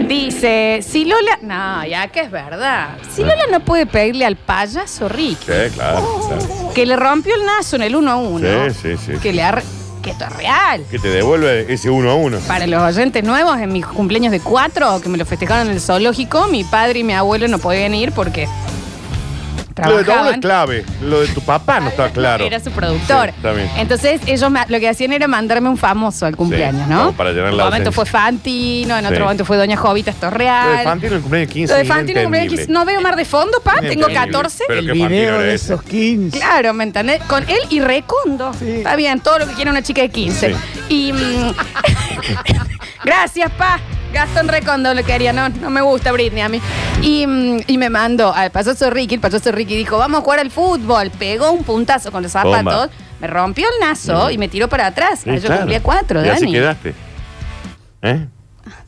[SPEAKER 1] Dice, si Lola. No, ya que es verdad. Si Lola no puede pedirle al payaso Ricky
[SPEAKER 2] Sí, claro.
[SPEAKER 1] Oh.
[SPEAKER 2] claro.
[SPEAKER 1] que le rompió el nazo en el 1 a 1.
[SPEAKER 2] Sí, sí, sí.
[SPEAKER 1] Que le arre- que esto es real.
[SPEAKER 2] Que te devuelve ese uno a uno.
[SPEAKER 1] Para los oyentes nuevos, en mis cumpleaños de cuatro, que me lo festejaron en el zoológico, mi padre y mi abuelo no podían ir porque
[SPEAKER 2] Lo de tu abuelo es
[SPEAKER 1] trabajaban.
[SPEAKER 2] clave. Lo de tu papá no está claro.
[SPEAKER 1] Era su productor.
[SPEAKER 2] Sí, está bien.
[SPEAKER 1] Entonces, ellos me- lo que hacían era mandarme un famoso al cumpleaños,
[SPEAKER 2] Sí,
[SPEAKER 1] ¿no?
[SPEAKER 2] como para llenar
[SPEAKER 1] en un
[SPEAKER 2] la
[SPEAKER 1] momento
[SPEAKER 2] ausencia.
[SPEAKER 1] fue Fantino, en otro
[SPEAKER 2] Sí.
[SPEAKER 1] momento fue Doña Jovita, esto es real.
[SPEAKER 2] Lo de Fantino en el cumpleaños 15.
[SPEAKER 1] Lo de Fantino en el cumpleaños
[SPEAKER 2] inentendible.
[SPEAKER 1] 15. No veo mar de fondo, pa, tengo
[SPEAKER 2] Inentendible.
[SPEAKER 1] 14.
[SPEAKER 2] Pero qué Fantino era ese.
[SPEAKER 1] 15. Claro, ¿me entendés? Con él y Recondo. Está bien, todo lo que quiere una chica de 15. Y. mm, gracias, pa. Gastón Recondo lo que haría, no, no me gusta Britney a mí. Y, mm, y me mandó al payaso Ricky, el payaso Ricky dijo, vamos a jugar al fútbol. Pegó un puntazo con los zapatos,
[SPEAKER 2] Toma.
[SPEAKER 1] me rompió el nazo
[SPEAKER 2] Sí.
[SPEAKER 1] y me tiró para atrás.
[SPEAKER 2] Sí,
[SPEAKER 1] Ah, yo
[SPEAKER 2] claro.
[SPEAKER 1] cumplía cuatro,
[SPEAKER 2] Y
[SPEAKER 1] Dani.
[SPEAKER 2] así quedaste. ¿Eh?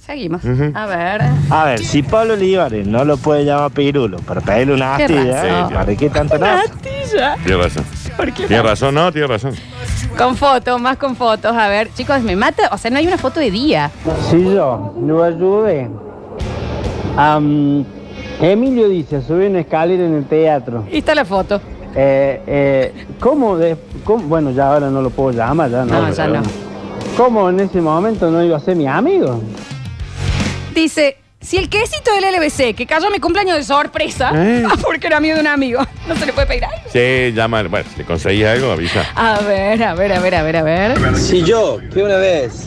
[SPEAKER 1] Seguimos.
[SPEAKER 19] Ujú.
[SPEAKER 1] A ver.
[SPEAKER 19] A ver, si Pablo Olivares no lo puede llamar pirulo para pedirle una
[SPEAKER 1] Qué
[SPEAKER 19] astilla, ¿eh?
[SPEAKER 1] razón.
[SPEAKER 19] ¿para qué tanto nada?
[SPEAKER 1] Natilla.
[SPEAKER 2] Tienes razón. Tienes razón, no, tienes razón.
[SPEAKER 1] Con fotos, más con fotos. A ver, chicos, me mata. O sea, no hay una foto de día.
[SPEAKER 20] Si yo lo ayude, am, Emilio dice, subí una escalera en el teatro.
[SPEAKER 1] Y está la foto.
[SPEAKER 20] Eh, eh, ¿cómo, de- cómo- Bueno, ya ahora no lo puedo llamar, ya no.
[SPEAKER 1] No, ya no.
[SPEAKER 20] ¿Cómo en ese momento no iba a ser mi amigo?
[SPEAKER 1] Dice, si el quesito del LBC, que cayó a mi cumpleaños de sorpresa,
[SPEAKER 2] Eh.
[SPEAKER 1] ah, porque era amigo de un amigo, no se le puede pedir algo.
[SPEAKER 2] Sí, llama. Bueno, si le conseguís algo, avisa.
[SPEAKER 1] A ver, a ver, a ver, a ver, a ver.
[SPEAKER 21] Si yo, que una vez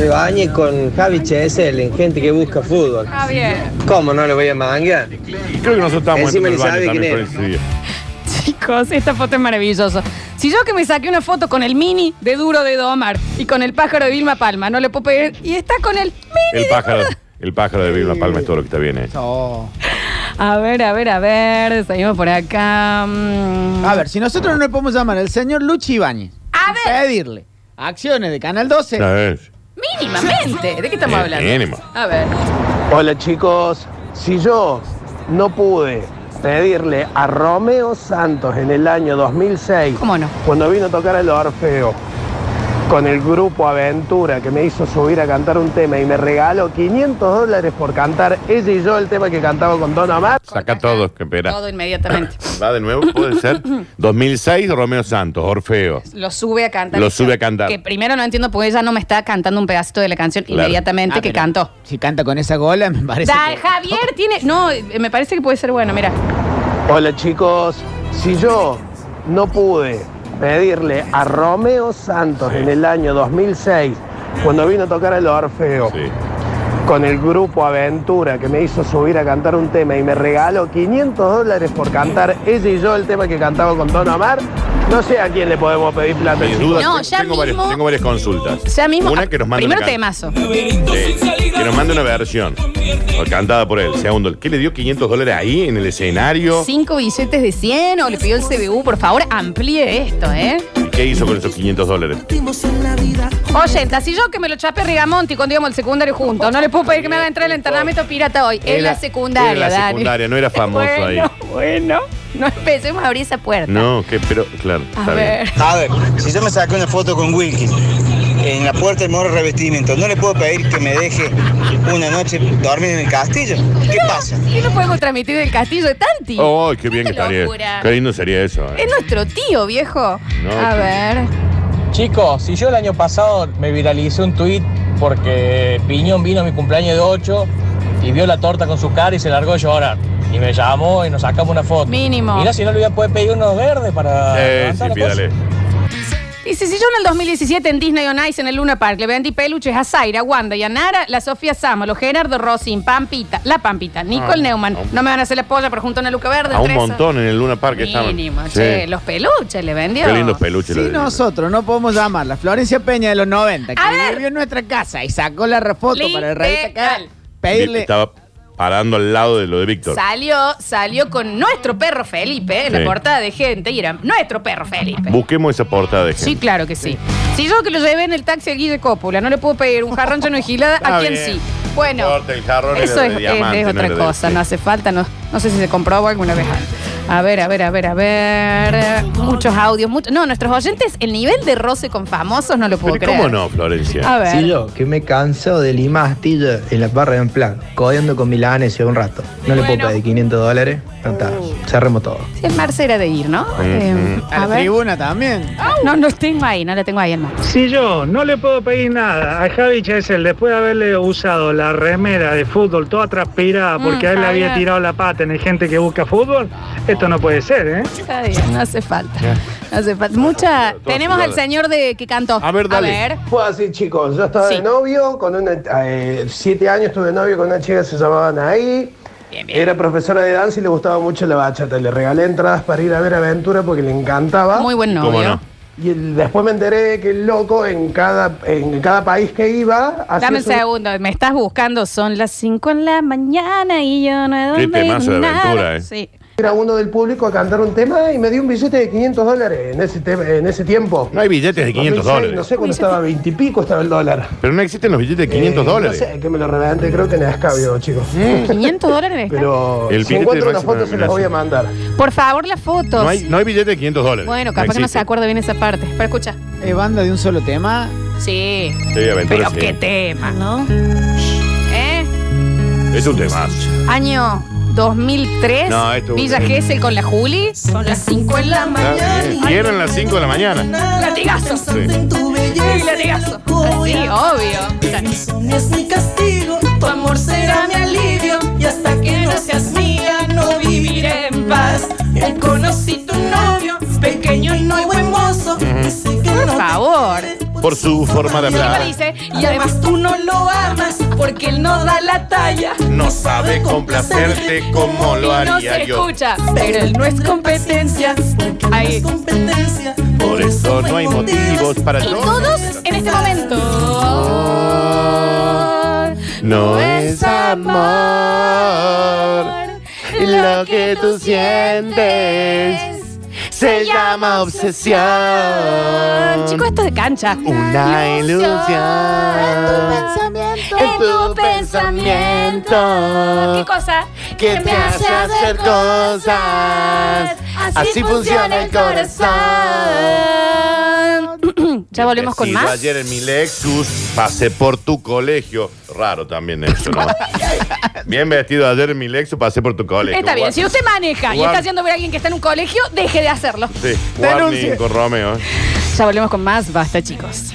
[SPEAKER 21] me bañé con Javi Chesel en gente que busca fútbol,
[SPEAKER 1] Javier.
[SPEAKER 21] ¿cómo no lo voy a manguear?
[SPEAKER 2] Creo que nosotros estábamos
[SPEAKER 21] Encima
[SPEAKER 2] en
[SPEAKER 21] ni
[SPEAKER 2] el baño
[SPEAKER 21] sabe quién
[SPEAKER 2] también por
[SPEAKER 21] era.
[SPEAKER 2] ese día.
[SPEAKER 1] Chicos, esta foto es maravillosa. Si yo que me saqué una foto con el mini de Duro de Domar y con el pájaro de Vilma Palma, no le puedo pedir. Y está con el mini.
[SPEAKER 2] El pájaro, el pájaro de Vilma Palma es todo lo que está bien hecho.
[SPEAKER 1] A ver, a ver, a ver. Seguimos por acá. Mm.
[SPEAKER 3] A ver, si nosotros no le podemos llamar al señor Luchi Ibáñez.
[SPEAKER 1] A
[SPEAKER 3] ver. Pedirle acciones de Canal 12.
[SPEAKER 2] A ver.
[SPEAKER 1] Mínimamente. ¿De qué estamos
[SPEAKER 3] Eh,
[SPEAKER 1] hablando?
[SPEAKER 3] mínimo.
[SPEAKER 1] A ver.
[SPEAKER 22] Hola chicos, si yo no pude pedirle a Romeo Santos en el año 2006, cuando vino a tocar el Orfeo, con el grupo Aventura que me hizo subir a cantar un tema y me regaló 500 dólares por cantar ella y yo el tema que cantaba con Don Omar.
[SPEAKER 2] Saca todo, que espera.
[SPEAKER 1] Todo inmediatamente.
[SPEAKER 2] Va de nuevo, puede ser. 2006, Romeo Santos, Orfeo.
[SPEAKER 1] Lo sube a cantar.
[SPEAKER 2] Lo sube a cantar.
[SPEAKER 1] Que primero no entiendo porque ella no me está cantando un pedacito de la canción
[SPEAKER 3] Claro.
[SPEAKER 1] inmediatamente
[SPEAKER 3] Ah,
[SPEAKER 1] que
[SPEAKER 3] mira.
[SPEAKER 1] cantó.
[SPEAKER 3] Si canta con esa gola, me parece.
[SPEAKER 1] Da, Javier tiene. No, eh, me parece que puede ser bueno, mira.
[SPEAKER 22] Hola chicos, si yo no pude pedirle a Romeo Santos en el año 2006, cuando vino a tocar el Orfeo, con el grupo Aventura que me hizo subir a cantar un tema y me regaló 500 dólares por cantar ella y yo el tema que cantaba con Don Amar, no sé a quién le podemos pedir plata.
[SPEAKER 2] Sin
[SPEAKER 22] chicos.
[SPEAKER 2] duda,
[SPEAKER 1] No,
[SPEAKER 2] te-
[SPEAKER 1] ya
[SPEAKER 2] tengo, varias,
[SPEAKER 1] mismo-
[SPEAKER 2] tengo varias consultas.
[SPEAKER 1] Ya mismo.
[SPEAKER 2] Una que nos manda
[SPEAKER 1] primero
[SPEAKER 2] una can-
[SPEAKER 1] temazo.
[SPEAKER 2] Sí, que nos mande una versión. o Cantada por él. Segundo, ¿qué le dio 500 dólares ahí en el escenario?
[SPEAKER 1] Cinco billetes de 100 o le pidió el CBU, por favor, amplíe esto, ¿eh?
[SPEAKER 2] ¿Qué hizo con esos 500 dólares?
[SPEAKER 1] Oyenta, si yo que me lo chapé a Rigamonti cuando íbamos al secundario juntos, no le puedo pedir que me haga entrar al entrenamiento pirata hoy. En
[SPEAKER 2] Era-
[SPEAKER 1] la secundaria,
[SPEAKER 2] era la
[SPEAKER 1] Dani.
[SPEAKER 2] secundaria, no era famoso
[SPEAKER 1] bueno,
[SPEAKER 2] ahí.
[SPEAKER 1] Bueno, no empecemos a abrir esa puerta.
[SPEAKER 2] No, que, pero, claro,
[SPEAKER 1] A
[SPEAKER 2] está bien.
[SPEAKER 1] ver.
[SPEAKER 15] A ver, si yo me saco una foto con Wilkin en la puerta del morro revestimiento, ¿no le puedo pedir que me deje una noche dormir en el castillo? ¿Qué pasa?
[SPEAKER 1] ¿Qué no podemos transmitir del castillo de Tanti?
[SPEAKER 2] Oh, qué bien que estaría.
[SPEAKER 1] locura.
[SPEAKER 2] Qué lindo sería eso. ¿eh?
[SPEAKER 1] Es nuestro tío, viejo.
[SPEAKER 2] No,
[SPEAKER 1] a
[SPEAKER 2] qué-
[SPEAKER 1] ver.
[SPEAKER 4] Chicos, si yo el año pasado me viralicé un tuit porque Piñón vino a mi cumpleaños de 8 y vio la torta con su cara y se largó a llorar. Y me llamó y nos sacamos una foto.
[SPEAKER 1] Mínimo.
[SPEAKER 4] Mira si no le voy a poder pedir unos verdes para.
[SPEAKER 2] Eh, sí,
[SPEAKER 4] levantar la
[SPEAKER 2] pídale.
[SPEAKER 1] Dice, si yo en el 2017 en Disney on Ice, en el Luna Park, le vendí peluches a Zaira, Wanda y a Nara, la Sofía Sámolo, Gerardo Rosin, Pampita, la Pampita, Nicole
[SPEAKER 2] Ah,
[SPEAKER 1] Neumann.
[SPEAKER 2] a un-
[SPEAKER 1] No me van a hacer la polla, pero junto a una luca verde.
[SPEAKER 2] A un
[SPEAKER 1] entre esas.
[SPEAKER 2] montón en el Luna Park estaban.
[SPEAKER 1] Mínimo,
[SPEAKER 2] Sí.
[SPEAKER 1] che, los peluches le vendió.
[SPEAKER 2] Qué lindos peluches.
[SPEAKER 3] Si
[SPEAKER 2] los de-
[SPEAKER 3] nosotros no podemos llamar la Florencia Peña de los 90, que
[SPEAKER 1] A ver.
[SPEAKER 3] vivió en nuestra casa y sacó la foto para el rey,
[SPEAKER 1] Literal.
[SPEAKER 3] pedirle
[SPEAKER 2] Estaba parando al lado de lo de Víctor.
[SPEAKER 1] Salió, salió con nuestro perro Felipe en
[SPEAKER 2] Sí.
[SPEAKER 1] la portada de gente y era nuestro perro Felipe.
[SPEAKER 2] Busquemos esa portada de gente.
[SPEAKER 1] Sí, claro que sí. Si yo que lo llevé en el taxi a Guille Coppola, no le puedo pedir un jarrón lleno de gilada,
[SPEAKER 2] Está
[SPEAKER 1] ¿a quién
[SPEAKER 2] Ah, bien.
[SPEAKER 1] sí? Bueno,
[SPEAKER 2] Corta el jarrón y
[SPEAKER 1] eso
[SPEAKER 2] lo de
[SPEAKER 1] es, es-
[SPEAKER 2] diamante,
[SPEAKER 1] es
[SPEAKER 2] no
[SPEAKER 1] otra
[SPEAKER 2] lo de- este.
[SPEAKER 1] cosa, no hace falta, no, no sé si se comprobó alguna vez. A ver, a ver, a ver, a ver. Muchos audios, muchos. No, nuestros oyentes, el nivel de roce con famosos no lo puedo
[SPEAKER 10] Pero
[SPEAKER 1] creer.
[SPEAKER 10] ¿cómo
[SPEAKER 2] No, Florencia.
[SPEAKER 1] A ver.
[SPEAKER 10] Sí, yo, que me canso de Lima Astilla en la barra en plan, codeando con Milanes un rato. No le puedo pedir 500 dólares. Ya está,
[SPEAKER 1] Uh.
[SPEAKER 10] cerremos todo.
[SPEAKER 1] Sí, el Marce era de ir, ¿no? Eh,
[SPEAKER 10] Ujú.
[SPEAKER 1] a
[SPEAKER 3] a la
[SPEAKER 1] ver.
[SPEAKER 3] tribuna también.
[SPEAKER 1] No, no tengo ahí, no la tengo ahí el Marce.
[SPEAKER 5] Si yo no le puedo pedir nada a Javi Chesel después de haberle usado la remera de fútbol toda transpirada
[SPEAKER 1] Mm,
[SPEAKER 5] porque a él le había
[SPEAKER 1] Javier.
[SPEAKER 5] tirado la pata en el gente que busca fútbol, esto no puede ser, ¿eh?
[SPEAKER 1] Está bien, no hace falta. No hace falta. Mucha. Tenemos al señor de que cantó. A ver,
[SPEAKER 22] Fue así, chicos. Yo estaba de novio, con una, eh, siete años estuve de novio con una chica que se llamaba Anaí. Era profesora de danza y le gustaba mucho la bachata. Le regalé entradas para ir a ver Aventura porque le encantaba.
[SPEAKER 1] Muy buen ¿Cómo novio. no?
[SPEAKER 22] Y el- después me enteré que el loco en cada, en cada país que iba... hacía
[SPEAKER 1] Dame un
[SPEAKER 22] su-
[SPEAKER 1] segundo, me estás buscando, son las 5 en la mañana y yo no he
[SPEAKER 22] Qué
[SPEAKER 1] dormido.
[SPEAKER 22] temazo de
[SPEAKER 1] nada.
[SPEAKER 22] Aventura, eh.
[SPEAKER 1] Sí.
[SPEAKER 22] Era uno del público a cantar un tema y me dio un billete de 500 dólares en ese, te- en ese tiempo.
[SPEAKER 2] No hay billetes de 500 dólares.
[SPEAKER 22] No sé cuándo estaba, 20 y pico estaba el dólar.
[SPEAKER 2] Pero no existen los billetes de 500
[SPEAKER 22] Eh,
[SPEAKER 2] dólares. ¿Eh?
[SPEAKER 22] No sé, que me lo reventé, creo que en escabio, chicos.
[SPEAKER 1] 500 dólares.
[SPEAKER 22] Pero
[SPEAKER 2] El
[SPEAKER 22] si
[SPEAKER 2] billete
[SPEAKER 22] encuentro
[SPEAKER 2] de
[SPEAKER 22] una
[SPEAKER 2] máxima
[SPEAKER 22] foto se las voy a mandar.
[SPEAKER 1] Por favor, las fotos.
[SPEAKER 2] No hay, no hay billetes de 500 dólares.
[SPEAKER 1] bueno, capaz que no se
[SPEAKER 2] existe.
[SPEAKER 1] acuerda bien esa parte. Pero escucha.
[SPEAKER 3] ¿Es banda de un solo tema?
[SPEAKER 1] Sí.
[SPEAKER 2] Sí, aventura,
[SPEAKER 1] Pero
[SPEAKER 2] sí.
[SPEAKER 1] qué tema, ¿no? ¿Eh?
[SPEAKER 2] Es un tema.
[SPEAKER 1] Año 2003.
[SPEAKER 2] No, esto es un-
[SPEAKER 1] Villa Gesell con la Juli. Ah, Son las 5 en la
[SPEAKER 2] Y eran las 5 de la mañana.
[SPEAKER 1] Latigazo.
[SPEAKER 2] Sí.
[SPEAKER 1] Sí, latigazo. Sí, obvio.
[SPEAKER 23] Es mi castigo, tu amor será mi alivio y hasta que no seas mía no viviré en paz. Hoy conocí tu novio, pequeño y no buen mozo. Dice que
[SPEAKER 1] Por
[SPEAKER 23] no te
[SPEAKER 1] favor.
[SPEAKER 2] Por su forma de
[SPEAKER 23] quiere,
[SPEAKER 2] hablar.
[SPEAKER 23] dice, y además tú no lo amas porque él no da la talla.
[SPEAKER 2] No sabe complacerte como
[SPEAKER 23] Y
[SPEAKER 2] lo
[SPEAKER 23] no
[SPEAKER 2] haría
[SPEAKER 23] se
[SPEAKER 2] yo.
[SPEAKER 1] Escucha.
[SPEAKER 23] Pero él no es competencia, porque no
[SPEAKER 1] Ahí.
[SPEAKER 23] es competencia.
[SPEAKER 2] Por eso no hay motivos para
[SPEAKER 1] Y
[SPEAKER 2] yo.
[SPEAKER 1] todos en este momento.
[SPEAKER 2] No es amor lo que tú sientes. Se llama obsesión.
[SPEAKER 1] Chico, esto es de cancha.
[SPEAKER 2] Una ilusión.
[SPEAKER 1] pensamiento. En tu pensamiento. ¿Qué cosa?
[SPEAKER 2] Que te hace hacer cosas. Así funciona el corazón.
[SPEAKER 1] ya volvemos con
[SPEAKER 2] Decido
[SPEAKER 1] más.
[SPEAKER 2] ayer en mi Lexus, pasé por tu colegio. Raro también eso, ¿no? Bien vestido ayer en mi Lexus, pasé por tu colegio.
[SPEAKER 1] Está bien,
[SPEAKER 2] Guar-
[SPEAKER 1] si usted maneja y
[SPEAKER 2] Guar-
[SPEAKER 1] está haciendo ver a alguien que está en un colegio, deje de hacerlo.
[SPEAKER 2] Sí,
[SPEAKER 1] Denuncie.
[SPEAKER 2] warning con Romeo. ¿eh?
[SPEAKER 1] Ya volvemos con más, basta chicos.